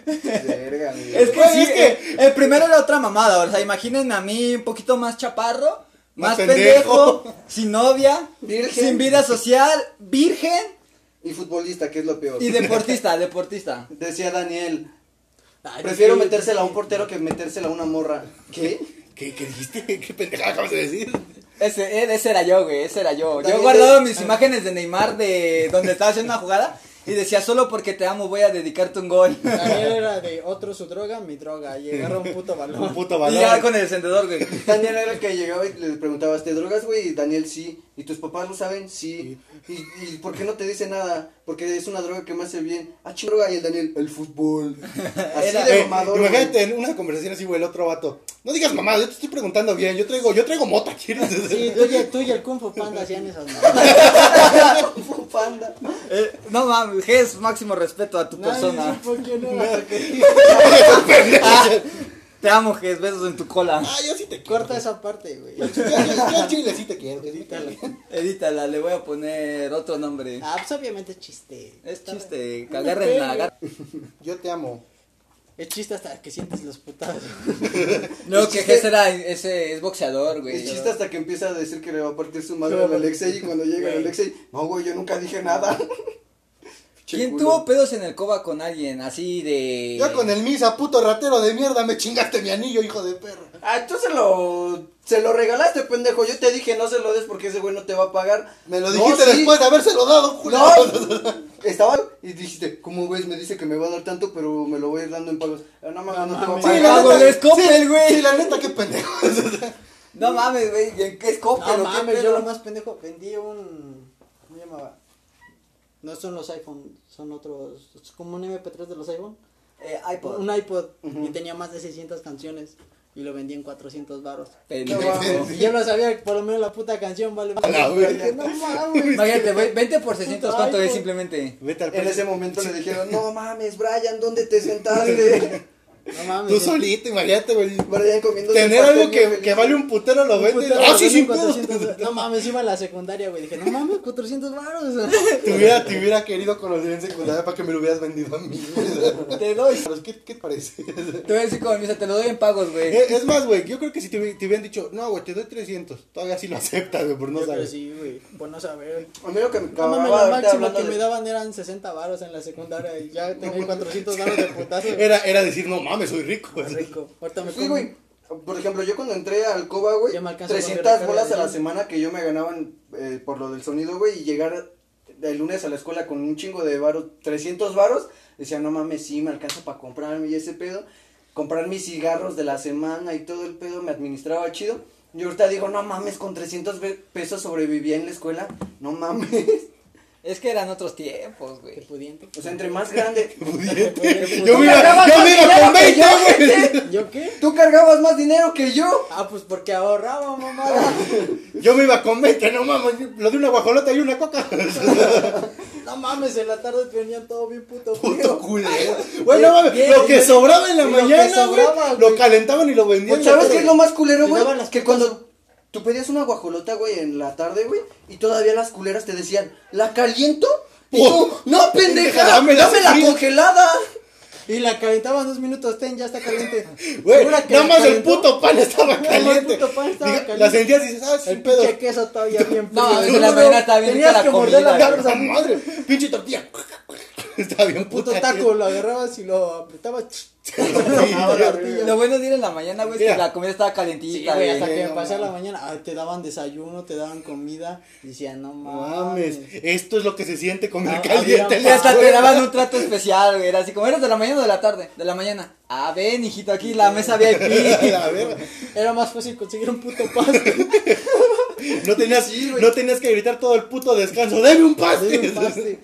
Verga, güey. Es que Güey, sí, es que- eh, el primero era otra mamada. O sea, imagínenme a mí un poquito más chaparro, Más más, pendejo. pendejo, sin novia, Virgen. sin vida social, virgen Y futbolista, que es lo peor. y deportista, deportista. Decía Daniel, Ay, prefiero es que- metérsela a un portero que metérsela a una morra. ¿Qué? ¿Qué, ¿Qué dijiste? ¿Qué pendejada acabas de decir? Ese, él- ese era yo, güey, ese era yo. Yo También he guardado de- mis imágenes de Neymar de donde estaba haciendo una jugada y decía, solo porque te amo voy a dedicarte un gol. Daniel era de otro su droga, mi droga. Y agarra un puto Un balón. puto Y ya balón. con el encendedor, güey. Daniel era el que llegaba y le preguntabas, ¿te drogas, güey? Y Daniel, sí. ¿Y tus papás lo saben? Sí. ¿Y, y por qué no te dice nada? Porque es una droga que me hace bien. Ah, ching, droga. Y el Daniel, el fútbol. Así Era- de Güey, mamador, güey. eh, imagínate en una conversación así, güey, el otro vato. No digas mamá, yo te estoy preguntando bien. Yo traigo, yo traigo mota, ¿quieres? Sí, tú y, tú y el Kung Fu Panda hacían esas mamadas. Fu Panda. Eh, no mames, es máximo respeto a tu persona. Ah, Nadie supo quién era hasta que- Te amo, Ges, besos en tu cola. Ah, yo sí te quiero. Corta esa parte, güey. Yo, yo- yo al chile sí te quiero. sí te quiero. Edítala, le voy a poner otro nombre. Ah, pues obviamente es chiste. Es chiste, que agarren la agarren. Yo te amo. Es chiste hasta que sientes los putados. No, Es que chiste- Ges era, ese es boxeador, güey. Es chiste hasta que empieza a decir que le va a partir su madre Claro. al Alexei. Y cuando llega el Güey. Alexei, no, güey, yo nunca dije nada. Che ¿Quién culo. tuvo pedos en el coba con alguien? Así de. Yo con el misa, puto ratero de mierda, me chingaste mi anillo, hijo de perra. Ah, tú se lo, se lo regalaste, pendejo. Yo te dije, no se lo des porque ese güey no te va a pagar. Me lo No, dijiste sí. después de habérselo dado, No, culero. estaba y dijiste, ¿cómo güey? Me dice que me va a dar tanto, pero me lo voy a ir dando en pagos. Ah, No mames, no te va a mames. Sí, pagar. la Ah, neta, güey. de Scoppel, güey. Sí, la neta, qué pendejo. No mames, güey. ¿y ¿En qué escope? No ¿Lo mames, yo lo más pendejo vendí un. ¿Cómo se llamaba? No son los iPhone, son otros. Es como un MP3 de los iPhone. Eh, pues, iPod. Un iPod. Ujú. Y tenía más de 600 canciones. Y lo vendí en 400 baros. Pendejo. Y yo no sabía que por lo menos la puta canción vale. la Y verga. dije, no mames. Imagínate, güey, 20 por 600, ¿cuánto es iPod. simplemente? Vete al En ese momento le dijeron, no mames, Brian, ¿dónde te sentaste? No mames. Tú solito, imagínate, güey. Brian comiendo. Tener algo que, que vale un putero lo Un vende. putero, Ah, lo sí, vendí sin en pedos. 400 baros. No mames, iba a la secundaria, güey. Dije, no mames, 400 baros. Te hubiera, te hubiera querido conocer en secundaria para que me lo hubieras vendido a mí. Te doy. Pero, ¿Qué, ¿Qué te parece? Te voy a decir como misa, te lo doy en pagos, güey. Eh, Es más, güey, yo creo que si te, hubi- te hubieran dicho, no, güey, te doy 300, todavía sí lo aceptas, güey, por no Yo creo saber. sí, güey. Por no saber. A mí lo que me No acababa mames, lo ahorita máximo hablando que me de- daban eran 60 varos en la secundaria y ya tenía 400 varos de putazo. Era, era decir, no mames, soy rico. rico. Ahorita me Sí, como- güey. Por ejemplo, yo cuando entré al Coba, güey, Ya me alcanza con mi 300 recarga bolas de a la llave. semana que yo me ganaban eh, por lo del sonido, güey, y llegar el lunes a la escuela con un chingo de varos, 300 varos, decía, no mames, sí, me alcanza para comprarme y ese pedo, comprar mis cigarros de la semana y todo el pedo, me administraba chido. Yo ahorita digo, no mames, con 300 ve- pesos sobrevivía en la escuela, no mames. Es que eran otros tiempos, Qué güey. pudiente. O sea, entre más grande. Yo yo, me iba, yo me iba con 20, güey. ¿Yo qué? Tú cargabas más dinero que yo. Ah, pues porque ahorraba, mamá. Yo me iba con 20, no mames, lo de una guajolota y una coca. No mames, en la tarde te venían todo bien puto Puto frío. culero. Güey, no mames, bien, lo que bien. sobraba en la Lo que mañana, güey, sobraba, lo güey. calentaban y lo vendían. Pues, ¿Sabes qué es lo más culero, Te güey? daban las Que putas- cuando tú pedías una guajolota, güey, en la tarde, güey, y todavía las culeras te decían, ¿la caliento? Y Oh, tú, no, pendeja, dame dámela la fría". congelada. Y la calentaban dos minutos, ten, ya está caliente. Güey, Segura que nada la más el calentó. puto pan estaba Nada más el caliente. puto pan estaba Diga, La caliente. sentías y dices, ah, sin El pedo. pinche queso todavía bien No, frío. es que la mañana estaba bien rica Tenías la que morder comida, la güey. Cabrón, cabeza. madre, pinche tortilla. Estaba bien Puto puta. taco, lo agarrabas y lo apretabas. ch- Lo bueno de ir en la mañana, güey, es que Mira. la comida estaba Sí, calentita, güey, güey. hasta que no pasaba la mames. mañana, ah, te daban desayuno, te daban comida, decían, no mames. Mames, esto es lo que se siente comer Ah, caliente. había- en Y la hasta te escuela. daban un trato especial, güey. Era así como, ¿eres de la mañana o de la tarde? De la mañana. Ah, ven, hijito, aquí la mesa A pues VIP. ver, Era más fácil conseguir un puto pastel. no tenías, no tenías que gritar todo el puto descanso. ¡Deme un pastel! un pastel.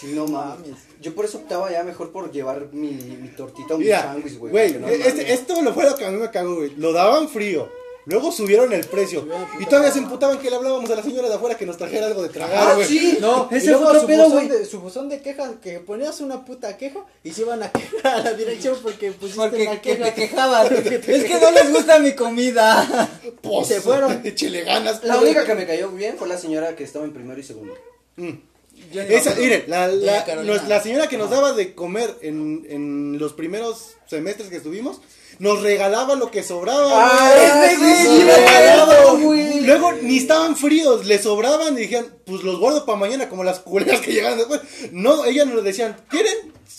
Sí, no mames. Yo por eso optaba ya mejor por llevar mi, mi tortita o mi Mira, sándwich, güey. güey, porque no este- mames. esto lo fue lo que a mí me cagó, güey. Lo daban frío. Luego subieron el precio. Subieron la Y puta todavía cara. se emputaban que le hablábamos a la señora de afuera que nos trajera algo de tragar, Ah, güey. sí, No, ese ese fue fue otro su pedo, buzón güey. de, su buzón de quejas, que ponías una puta queja y se iban a quejar a la dirección porque pusiste Porque una que queja. te quejabas. Es que no les gusta mi comida. Pues, Se fueron. Échele ganas. La única que me cayó bien fue la señora que estaba en primero y segundo. Yo ni me Esa, acuerdo. miren, la, la- Doña Carolina. nos- la señora que nos daba de comer en, en los primeros semestres que estuvimos, nos regalaba lo que sobraba. Ah, güey. este güey, Nos sí me regalaba. acuerdo, güey. Luego ni estaban fríos, le sobraban y dijeron, pues los guardo para mañana, como las culeras que llegaban después. No, ellas nos decían, ¿quieren?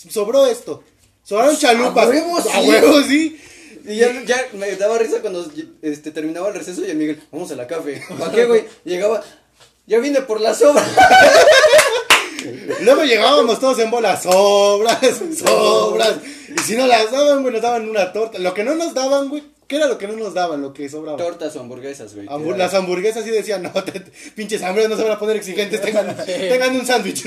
Sobró esto. Sobraron Pues, chalupas. A huevo, A sí. huevo, sí. Y ya, ya me daba risa cuando este, terminaba el receso y el Miguel, vamos a la café. ¿Para qué, güey? Llegaba, ya vine por la sobra. Luego llegábamos todos en bolas, sobras, sobras. Y si no las daban, güey, nos daban una torta. Lo que no nos daban, güey, ¿qué era lo que no nos daban? Lo que sobraba. Tortas o hamburguesas, güey. Hambu- las hamburguesas sí decían, no, te- te- pinches hambre no se van a poner exigentes, tengan, tengan un sándwich.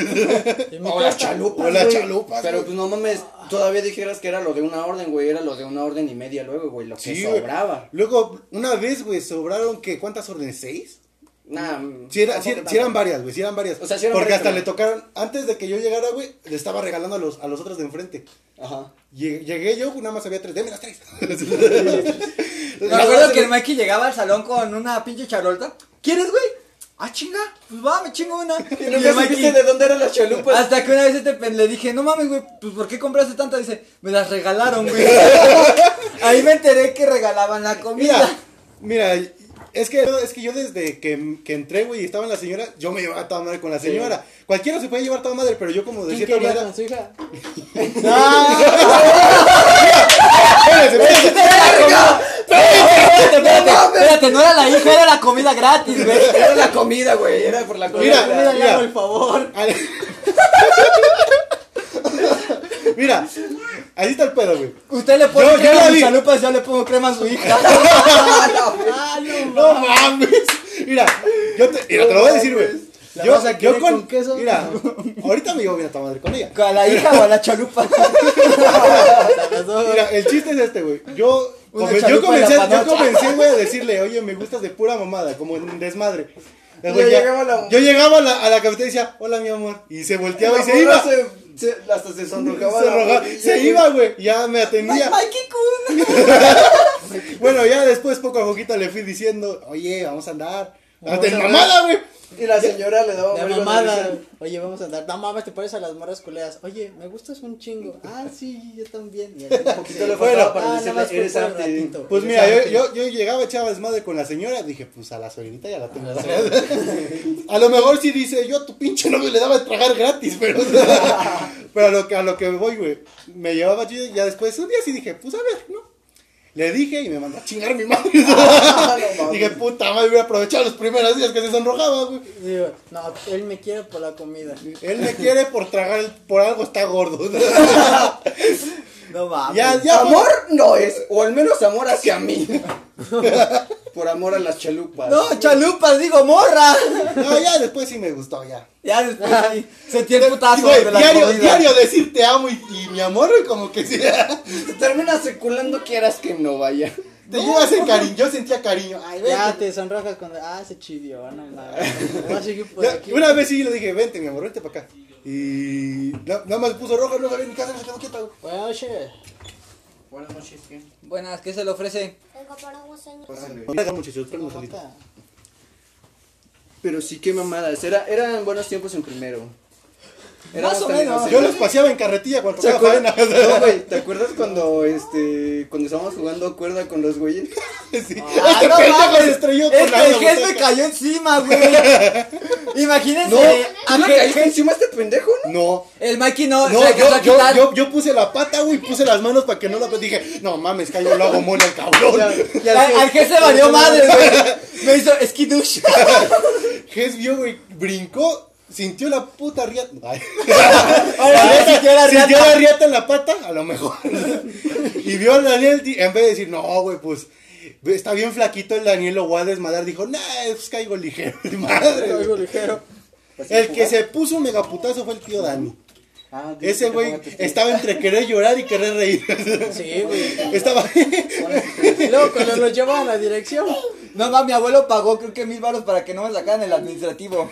Y me o las quejas. chalupas. O Güey, las chalupas. Pero güey. pues no mames, todavía dijeras que era lo de una orden, güey. Era lo de una orden y media luego, güey. Lo que Sí, güey. sobraba. Luego, una vez, güey, sobraron, que ¿Cuántas órdenes? ¿Seis? Nah, mm, Sí, era- sí- sí eran varias, güey, sí eran varias. O sea, sí eran Porque varias, hasta pero- le tocaron, antes de que yo llegara, güey, le estaba regalando a los, a los otros de enfrente. Ajá. Lle- Llegué yo, nada más había tres, deme las tres. Me acuerdo que el Mikey llegaba al salón con una pinche charolta. ¿Quieres, güey? Ah, chinga. Pues va, me chingo una. Y Y nunca el supiste Mikey- de dónde eran las Ah, chalupas. Hasta que una vez este pen- le dije, no mames, güey, pues ¿por qué compraste tanta? Dice, me las regalaron, güey. Ahí me enteré que regalaban la comida. Mira, mira, es que, es que yo desde que, que entré, güey, y estaba en la señora, yo me llevaba toda madre con la señora. Cualquiera se puede llevar toda madre, pero yo como de ¿Quién cierta quería manera... con su hija? Espérense, espérense. Espérate, espérate, espérate, no era la hija, era la comida gratis, güey. Era la comida, güey. Era por la comida. Mira, Mira, le mira. hago el favor. Ale- Mira, ahí está el pedo, güey. Usted le pone Yo- yo crema la a mis vi. chalupas, yo le pongo crema a su hija. Ah, no, No mames. Mira, yo te, mira, te lo voy a decir, güey. La Yo, vas a yo querer con, con queso. Mira, ahorita me llevo bien a tomar madre con ella. ¿A la hija o a la chalupa? Mira, el chiste es este, güey. Yo, Una come- yo chalupa comencé, en la yo panocha. comencé, güey, a decirle, oye, me gustas de pura mamada, como en desmadre. El güey Yo ya- llegaba a la- yo llegaba a la, a la cafetería y decía, hola, mi amor. Y se volteaba y se La iba. morra eh, se- se- hasta se sonrojaba. se la roga- rodilla, se güey. iba, güey. Ya me atendía. Mikey Kun. Bueno, ya después poco a poquito le fui diciendo, oye, vamos a andar. Date a mamada, güey. Y la señora le daba De vueltas, mamada. dice, Oye, vamos a andar. No mames, te pones a las morras culeras. Oye, me gustas un chingo. Ah, sí, yo también. Y así un Poquito poquito le faltaba Bueno, para ah, decirle, nada más fue eres por un arte". ratito. Pues mira, yo, yo, yo llegaba echaba desmadre con la señora, dije, pues a la señorita ya la tengo. a lo mejor sí dice, yo a tu pinche novio le daba de tragar gratis, pero. pero a lo, que, a lo que voy, güey. Me llevaba chido y ya después un día sí dije, pues a ver, ¿no? Le dije y me mandó a chingar mi madre. "Ah, no mames". dije, puta madre, hubiera aprovechado los primeros días que se sonrojaba, güey. Digo, no, él me quiere por la comida. Él me quiere por tragar, el- por algo está gordo. No mames. ya, ya. Ah, Amor no es, o al menos amor hacia mí. Por amor a las chalupas. No, chalupas, digo, morra. No, ya después sí me gustó, ya. Ya después sí, sentí el putazo Güey, de la diario, comida. diario decir te amo y, y mi amor, güey, como que sí. Te Te terminas circulando quieras que no vaya. llevas el cariño, yo sentía cariño. Ay, vente. Ya te sonrojas cuando. Ah, se chidió, no mames. Voy a seguir por Ya, aquí. una vez sí le dije, vente, mi amor, vente para acá. Y na- nada más puso rojo, no sabía ni qué hacer, se quedó quieta, güey. Buenas noches. Buenas noches, ¿qué? Buenas, ¿qué se le ofrece? Vengo por agua, señor. Venga, muchachos, tráeme una salita. Aguanta. Pero sí, qué mamadas. Era, eran buenos tiempos en primero. Más o menos. Yo los paseaba en carretilla cuando ¿Te tocaba acuerdas? faena. No, güey, ¿te acuerdas cuando este cuando estábamos jugando cuerda con los güeyes? Sí. Este pendejo se estrelló con Ah, Este la- la el jefe butaca. cayó encima, güey. Imagínense No, ¿Tú a le que- caíste que- encima a este pendejo, no? No. el Mikey no, No, se alcanzó yo, a yo, quitar. yo, yo puse la pata, güey, puse las manos para que no la dije, no mames, cayó el hago mole al cabrón. Ya- Al- al que se valió madre, güey. Me hizo esquidush. Ges vio, güey, brincó, sintió la puta riata. Ay. Ahora sí sintió la Sintió riata. la riata en la pata, a lo mejor. y vio a Daniel, di- en vez de decir, no, güey, pues está bien flaquito el Daniel, lo voy a desmadrar. Dijo, nah, pues caigo ligero. Madre, güey. ligero. El que se puso un megaputazo fue el tío Dani. Ah, dice Ese que güey ponga tus pies. estaba entre querer llorar y querer reír. Sí, güey. estaba. Y luego cuando los llevan a la dirección. No mames, mi abuelo pagó creo que mil baros para que no me sacaran el administrativo.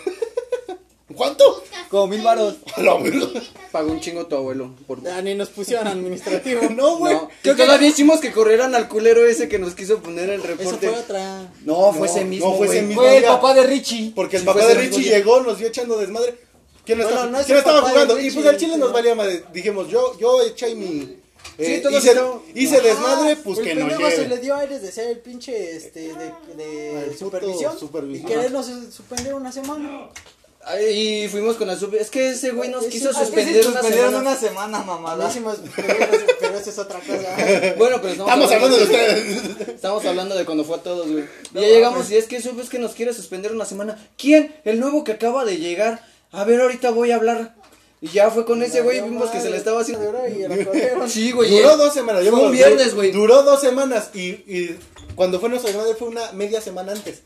¿Cuánto? Como mil varos. A la verga. Pagó un chingo tu abuelo por ah, Ni nos pusieron administrativo. No, güey. No, que todavía hicimos que corrieran al culero ese que nos quiso poner el Eso reporte. fue otra. No, fue No, ese mismo. no fue ese güey. mismo. Fue el día. papá de Richie. Porque el Sí, papá fue de ese Richie mismo día. llegó, nos vio echando desmadre. ¿Quién no, Bueno, estaba, no es quién el estaba papá de jugando? y Richie, pues el chile nos no. valía madre. Dijimos, yo, yo eché y mi. eh, todos hice, estaban- hice desmadre, pues Ah, el que no pendejo se lleve. le dio aires de ser el pinche este de, de El puto supervisión, supervisión. y querernos suspender una semana. Ay, Y fuimos con la sub. Es que ese güey nos Ese- quiso ah, es que suspender una suspendieron semana. una semana, mamada. Buenísimas, pero, pero eso es otra cosa. Bueno, pero estamos, Estamos hablando de ustedes. Estamos hablando de cuando fue a todos, güey. Y No, ya llegamos mames. y es que sub es que nos quiere suspender una semana. ¿Quién? El nuevo que acaba de llegar. A ver, ahorita voy a hablar. Y ya fue con ese güey y vimos que se le estaba haciendo. y lo corrieron. Sí, güey. Duró dos semanas. yo Fue me un acuerdo, viernes, güey. Duró dos semanas. Y, y cuando fue nuestra desmadre fue una media semana antes.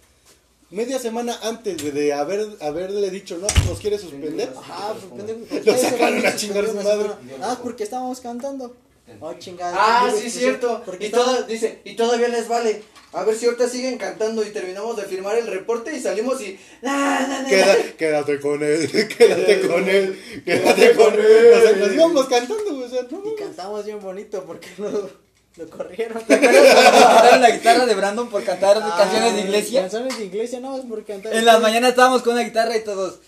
Media semana antes güey, de haber, haberle dicho, no, nos quiere suspender. Ah, pues, pendejo, ¿por Lo qué se sacaron van a chingar su suspender una madre. semana? Ah, porque estábamos cantando. Oh, chingada. Ah, Digo, sí, pues, cierto. porque Y, estábamos- toda- dice, y todavía les vale. A ver si ahorita siguen cantando y terminamos de firmar el reporte y salimos y... "Na, na, na, na". Queda- quédate con él, quédate con él, quédate con él. O sea, nos íbamos cantando, güey, o sea, no. Y cantamos bien bonito porque no lo corrieron. Cuando quitaron la guitarra de Brandon por cantar Ah, canciones de iglesia. Canciones de iglesia, no, es por cantar. En las mañanas estábamos con una guitarra y todos,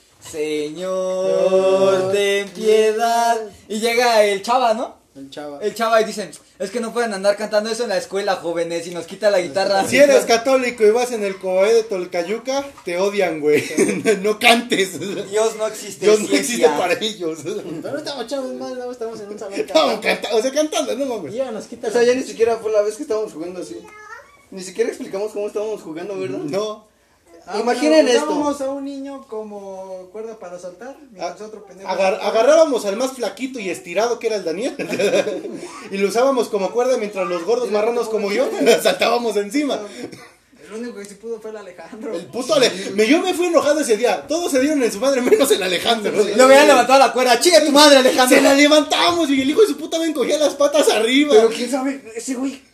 Señor, ten piedad. Y llega el chava, ¿no? El chava. El chava y dicen, es que no pueden andar cantando eso en la escuela, jóvenes, y nos quita la guitarra. Si eres católico y vas en el coe de Tolcayuca, te odian, güey. No cantes. Dios no existe. Dios no ciencia. existe para ellos. Pero no estamos echando mal, no estamos en un salón. Estamos cantando. cantando, o sea, cantando, no mames. Y ya nos quita O sea, ya ni siquiera fue la vez que estábamos jugando así. Ni siquiera explicamos cómo estábamos jugando, ¿verdad? No. Imaginen esto. Ah, pues, Vamos a un niño como cuerda para saltar, Ah. mientras A- otro pendejo. Agar- agarrábamos al más flaquito y estirado que era el Daniel y lo usábamos como cuerda mientras los gordos marranos como yo saltábamos encima. El único que se pudo fue el Alejandro. El puto Ale- me, yo me fui enojado ese día. Todos se dieron en su madre menos el Alejandro. Le hubieran levantado la cuerda, chica tu madre, Se la Alejandro. levantamos y el hijo de su puta me encogía las patas arriba. Pero quién sabe, ese güey...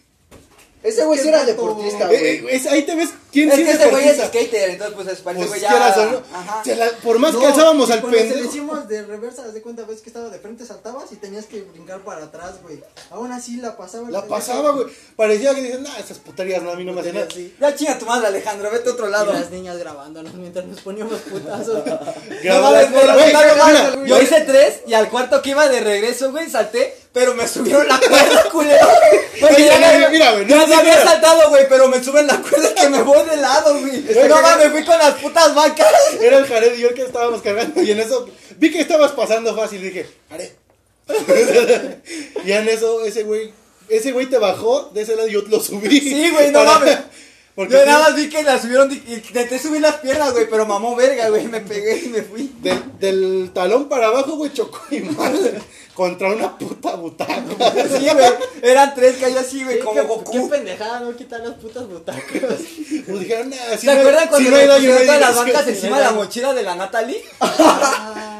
Ese güey sí era deportista, Eh, eh, güey. es- ahí te ves quién Es sí que es ese güey es deportista. skater, entonces pues parece Pues, güey quieras o no, ya. Ajá. se la- por más No, que alzábamos y al cuando se lo pendejo. hicimos de reversa, haz de cuenta, ves que estaba de frente, saltabas y tenías que brincar para atrás, güey. Aún así la pasaba. el La pendejo. pasaba, güey. Parecía que dicen, nah, esas puterías no, a mí no me hacen nada. Sí. Ya chinga tu madre, Alejandro, vete a otro Y lado. las niñas grabándonos mientras nos poníamos putazos. No Grababa- mames, pero Güey, no mames, mira, Yo hice tres y al cuarto que iba de regreso, güey, salté, pero me subieron la cuerda, culero. Porque Oye, ya me mira, había, mira, güey, no ya sé me había nada. saltado, güey, pero me suben la cuerda que me voy de lado, güey. Está No cagado. mames, fui con las putas vacas. Era el Jared y yo el que estábamos cargando. Y en eso vi que estabas pasando fácil. Y dije, Jared. y en eso, ese güey. Ese güey te bajó de ese lado y yo lo subí. Sí, güey, no mames. Porque Yo sí, nada más vi que la subieron y intenté subir las piernas, güey, pero mamó verga, güey, me pegué y me fui. del, del talón para abajo, güey, chocó y madre. Contra una puta butaca. Sí, güey, eran tres caí así, güey, como Qué Goku. pendejada, no quitar las putas butacas. Nos Pues dijeron, nah, si ¿Se no hay- acuerdan si cuando no me hay daño, pusieron no hay todas las diversión? bancas Si no encima hay de la daño. mochila de la Natalie?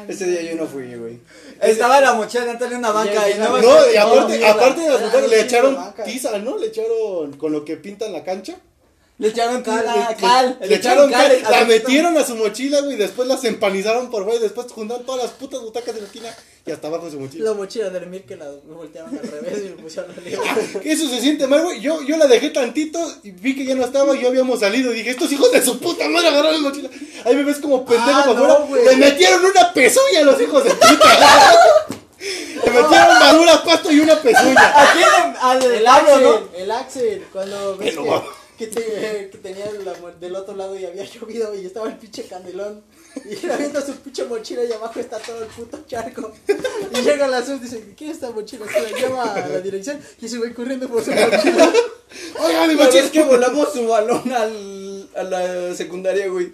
Ese día yo no fui, güey. Estaba la mochila de Natalie en una banca Ya, y ya, no ya. No, y No, aparte, mierda. aparte de las mujeres Ah, le sí, echaron vaca. tiza, ¿no? Le echaron con lo que pintan la cancha. Le echaron cal, Le- cal, cal, eh, le, echaron cal, al- la al- metieron a su mochila, güey, después las empanizaron por güey, después juntaron todas las putas butacas de la esquina y hasta abajo de su mochila. La mochila de Emir que la voltearon al revés y le pusieron al libro. Eso se siente mal, güey. Yo, yo la dejé tantito y vi que ya no estaba, yo habíamos salido y dije, estos hijos de su puta madre agarraron la mochila. Ahí me ves como pendejo Ah, para no, güey. afuera. Le metieron una pezuña a los hijos de puta. Le metieron madura, pasto y una pezuña. ¿A quién? le- Al, al Lalo, ¿no? El Axel, cuando ves Pero- que que, te- que tenía la mu- del otro lado y había llovido y estaba el pinche candelón. Y le avienta su pinche mochila y abajo está todo el puto charco. Y llega la sub y dice, ¿qué es esta mochila? Se la lleva a la dirección y se va corriendo por su mochila. Oigan, mi Lo mochila. es que volamos su balón al, a la secundaria, güey.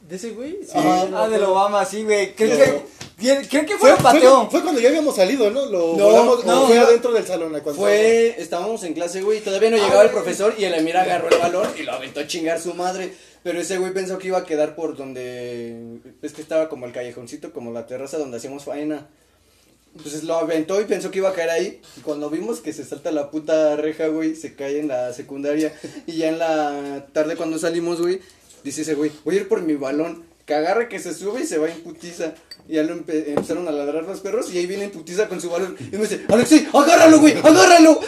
¿De ese güey? Sí. Ah, ah, del Obama, sí, güey. Creo Pero- que, tiene- creo que fue un pateo. fue cuando ya habíamos salido, ¿no? Lo No, volamos, no, o fue no. adentro del salón. cuando- Fue, estábamos en clase, güey, y todavía no llegaba el profesor y el Emir agarró el balón y lo aventó a chingar su madre. Pero ese güey pensó que iba a quedar por donde, es que estaba como el callejoncito, como la terraza donde hacíamos faena. Entonces Pues lo aventó y pensó que iba a caer ahí. Y cuando vimos que se salta la puta reja, güey, se cae en la secundaria. Y ya en la tarde cuando salimos, güey, dice ese güey, voy a ir por mi balón. Que agarra, que se sube y se va en putiza. Y ya lo empe- empezaron a ladrar los perros y ahí viene en putiza con su balón. Y me dice, Alexei, agárralo, güey, agárralo.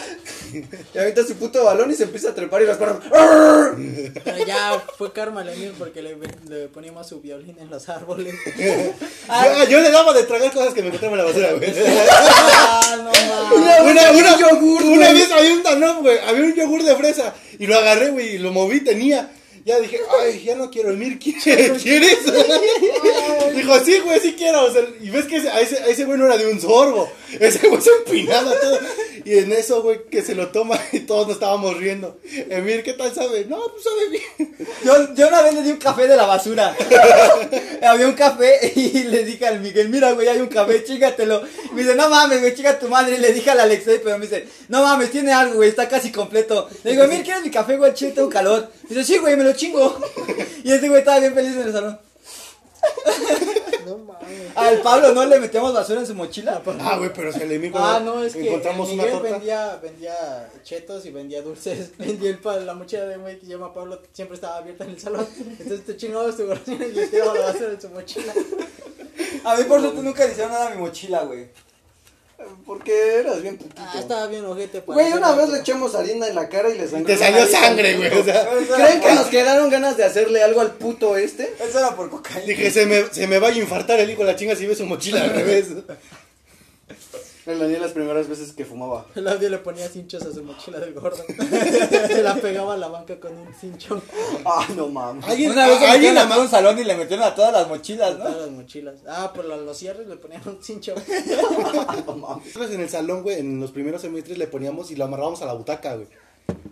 Y avienta su puto balón y se empieza a trepar y los perros. "Arr". Pero ya fue karma lo mío porque le, le poníamos su violín en los árboles. Yo, Ah, yo le daba de tragar cosas que me encontraba en la basura, güey. Ah, no mames. Una, Una, una, yogur, una güey. vez había un danón, güey. Había un yogur de fresa. Y lo agarré, güey. Y lo moví, tenía. Ya dije, ay, ya no quiero el Mirky. ¿Quieres? Dijo, sí, güey, sí quiero. O sea, y ves que ese- a ese, a ese güey no era de un sorbo. Ese güey se empinaba todo. Y en eso, güey, que se lo toma y todos nos estábamos riendo. Emir, ¿qué tal sabe? No, pues sabe bien. Yo, yo una vez le di un café de la basura. Había un café y le dije al Miguel, mira, güey, hay un café, chingatelo. Y me dice, no mames, güey, chinga tu madre. Y le dije al Alexei, pero me dice, no mames, tiene algo, güey, está casi completo. Le digo, mira, ¿quieres mi café, güey? Chile, tengo calor. Y dice, sí, güey, me lo chingo. Y ese güey estaba bien feliz en el salón. No mames. Al Pablo no le metemos basura en su mochila. Ah, güey, pero se le Emir cuando Ah, no, es que encontramos una Miguel torta. vendía, vendía chetos y vendía dulces. Vendía el pa- la mochila de güey que se llama Pablo, siempre estaba abierta en el salón. Entonces te chingabas tu gordina y le tiraba la basura en su mochila. A mí, por suerte, nunca le hicieron nada a mi mochila, güey. Porque eras bien putito. Ah, estaba bien ojete. para Güey, hacer una vez algo. le echamos harina en la cara y le sangró. Te la salió Ah, nariz. sangre, güey. O sea. ¿Creen que nos quedaron ganas de hacerle algo al puto este? Eso era por cocaína. Dije, se me, se me va a infartar el hijo de la chinga si ve su mochila al revés. El Daniel las primeras veces que fumaba. El audio le ponía cinchos a su mochila del gordo. Se la pegaba a la banca con un cinchón. Ah, no mames. Alguien, Una vez se alguien metieron a ama- todo un salón y le metieron a todas las mochilas, Todas ¿no? las mochilas. Ah, por la- los cierres le ponían un cincho. no mames. Nosotros en el salón, güey, en los primeros semestres le poníamos y lo amarrábamos a la butaca, güey.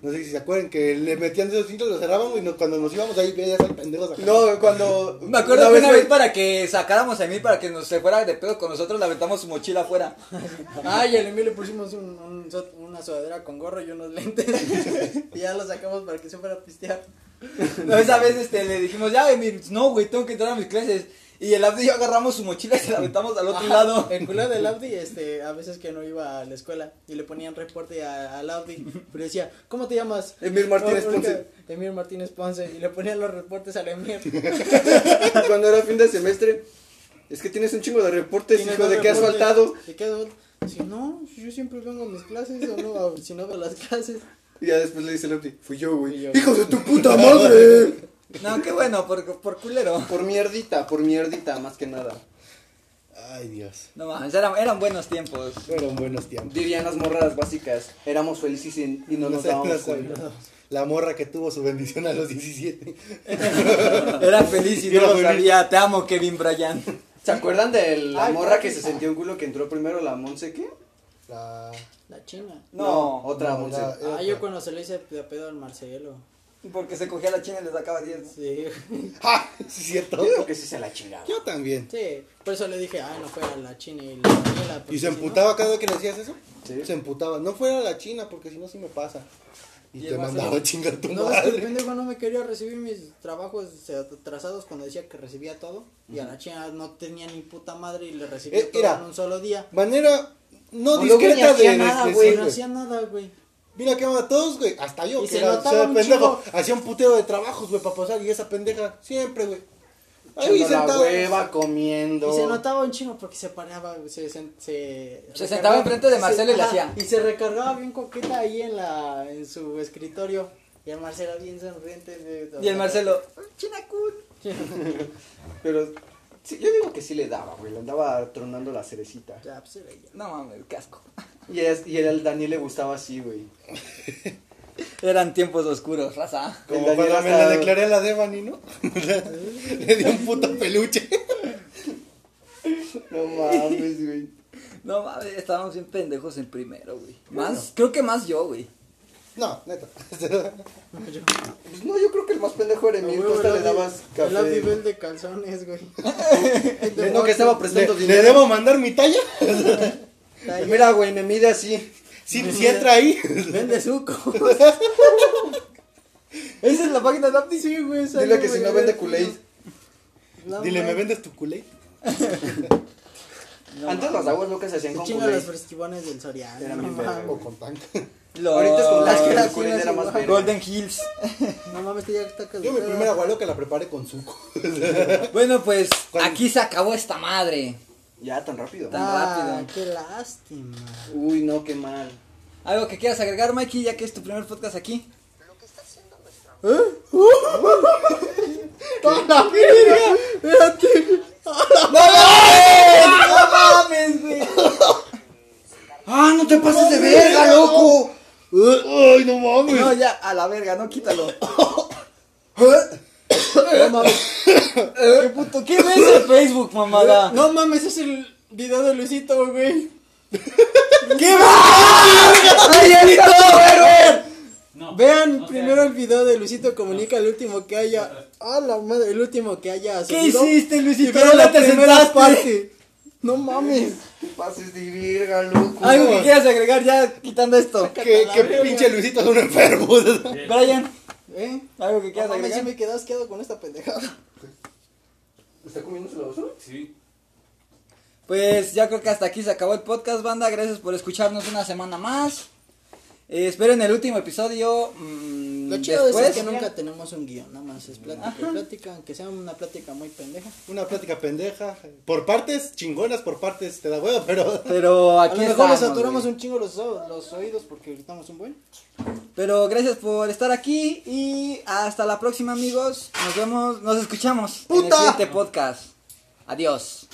No sé si se acuerdan que le metían esos cintos, lo cerraban güey, y no- cuando nos íbamos ahí, veías al pendejo sacando. No, cuando. Me acuerdo que vez una vez fue- para que sacáramos a Emil para que nos se fuera de pedo con nosotros, le aventamos su mochila afuera. Ah, y al Emil le pusimos un- un so- una sudadera con gorro y unos lentes. y ya lo sacamos para que se fuera a pistear. No, esa vez este, le dijimos, ya Emil, no, güey, tengo que entrar a mis clases. Y el Abdi y yo agarramos su mochila y se la aventamos al otro Ajá, lado. El culo del Audi, este, a veces que no iba a la escuela y le ponían reporte a- al Audi, pero decía, ¿cómo te llamas? Emir Martínez Oh, Ponce. Emir Martínez Ponce, y le ponían los reportes al Emir. Cuando era fin de semestre. Es que tienes un chingo de reportes, Tienes hijo, dos de que has reportes, faltado. ¿De qué has Si no, yo siempre vengo a mis clases, o no, a- si no veo las clases. Y ya después le dice el Opti, fui yo, güey. Fui yo. ¡Hijo de tu puta madre! No, qué bueno, por, por culero. por mierdita, por mierdita, más que nada. Ay, Dios. No mames, eran, eran buenos tiempos. Fueron buenos tiempos. Dirían las morras básicas. Éramos felices y, y no nos sé, dábamos sé. cuenta. La morra que tuvo su bendición a los 17. Era feliz y Yo no lo lo viví. sabía. Te amo, Kevin Bryan. ¿Se acuerdan de la Ay, morra que se papi. sentía un culo que entró primero, la Monse qué? La... La china. No, otra no, Monse. la- Ah, yo cuando se le hice de pedo al Marcelo. Porque se cogía la china y le sacaba 10. Sí. ¡Ja! Sí, es cierto. Yo digo que sí se la chingaba. Yo también. Sí, por eso le dije, ay, no fuera la china y la Daniela. porque ¿Y se si no- emputaba cada vez que le decías eso? Sí. Se emputaba. No fuera a la China, porque si no, sí me pasa. Y, Y te el vaso- mandaba a chingar tu No, es que el madre. pendejo no me quería recibir mis trabajos atrasados cuando decía que recibía todo. Y a la china no tenía ni puta madre y le recibía Eh, todo mira. en un solo día. Manera no, No, luego ni discreta hacía de. nada, de- de- güey, sí, no hacía nada, güey. Mira que a todos, güey. Hasta yo, Y que se era, notaba era un pendejo. chingo. Hacía un putero de trabajos, güey, para pasar. Y esa pendeja, siempre, güey. Ahí Echando la sentado. hueva, comiendo. Y se notaba un chingo porque se paraba, güey, se, sen- se, Se recargaba- sentaba enfrente de Marcelo y le ajá, hacía. Y se recargaba bien coqueta ahí en la en su escritorio. Y el Marcelo bien sonriente. de- Y el Marcelo, china cool. Pero sí, yo digo que sí le daba, güey. Le andaba tronando la cerecita. Ya, pues, era ella. No mames, casco. Y, es- y el, al Daniel le gustaba así, güey. Eran tiempos oscuros, raza. Como El Daniel cuando me hasta- la declaré a la Devani, ¿no? Le di un puto peluche. No mames, güey. No mames, estábamos bien pendejos en primero, güey. Más, creo que más yo, güey. No, neta. Pues no, yo creo que el más pendejo era Emil. güey, Tú hasta el le dabas Abdi- café. El Abdi vende calzones, güey. Le- No, que estaba ¿Le, prestando ¿Le dinero. debo mandar mi talla? Mira, güey, me mide así. Si, si entra ahí. Vende suco. Esa es la página de Abdi, sí, güey. esa Dile ahí, que si güey, no vende güey. Kool-Aid. No, Dile, ¿me güey. vendes tu culé? Antes las aguas locas se hacían con Chinga los Kool-Aid. fresquibones del Soriano. Era mi no pedo. mames. O con tanca. Los- Ahorita es con Las las que la gelatinas Kool-Aid era más igual. verga. Golden Hills. No mames, te ya está Yo mi caducada. primera gualoca la preparé con suco. Bueno, pues Con- aquí se acabó esta madre. Ya, tan rápido. Tan- Ah, rápido. qué lástima. Uy, no, qué mal. ¿Algo que quieras agregar, Mikey, ya que es tu primer podcast aquí? ¿Eh? ¡Toda la verga! Espérate. ¡No mames, güey! ¡Ah, no te pases de verga, loco! Ay, no mames. No, ya, a la verga, no, quítalo. No mames. ¿Qué puto? ¿Qué ves en Facebook, mamada? No mames, es el video de Luisito, güey. ¿Qué va? ¡Ay, todo, verga! No, Vean no te primero hagas. el video de Luisito Comunica, el último que haya. ¡Ah, la madre! El último que haya ¿Qué subido. hiciste, Y Luisito? vean ¿Dónde la te primera sentaste? parte. No mames. Te pases de verga, loco. Algo que quieras agregar ya quitando esto. Que, que pinche Luisito es un enfermo. Brian, ¿Eh? algo que No quieras mames, sí agregar. me quedas quedado con esta pendejada. ¿Está comiéndose la basura? Sí. Pues ya creo que hasta aquí se acabó el podcast, banda. Gracias por escucharnos una semana más. Eh, esperen el último episodio. mm, Lo chido después. es que nunca tenemos un guión, nada más es plática, y plática, aunque sea una plática muy pendeja. Una plática pendeja. Por partes chingonas, por partes te da hueva, pero. Pero A aquí lo mejor estamos, nos saturamos güey. un chingo los, o- los oídos porque gritamos un buen. Pero gracias por estar aquí y hasta la próxima, amigos. Nos vemos, nos escuchamos en el ¡Puta! siguiente podcast. Adiós.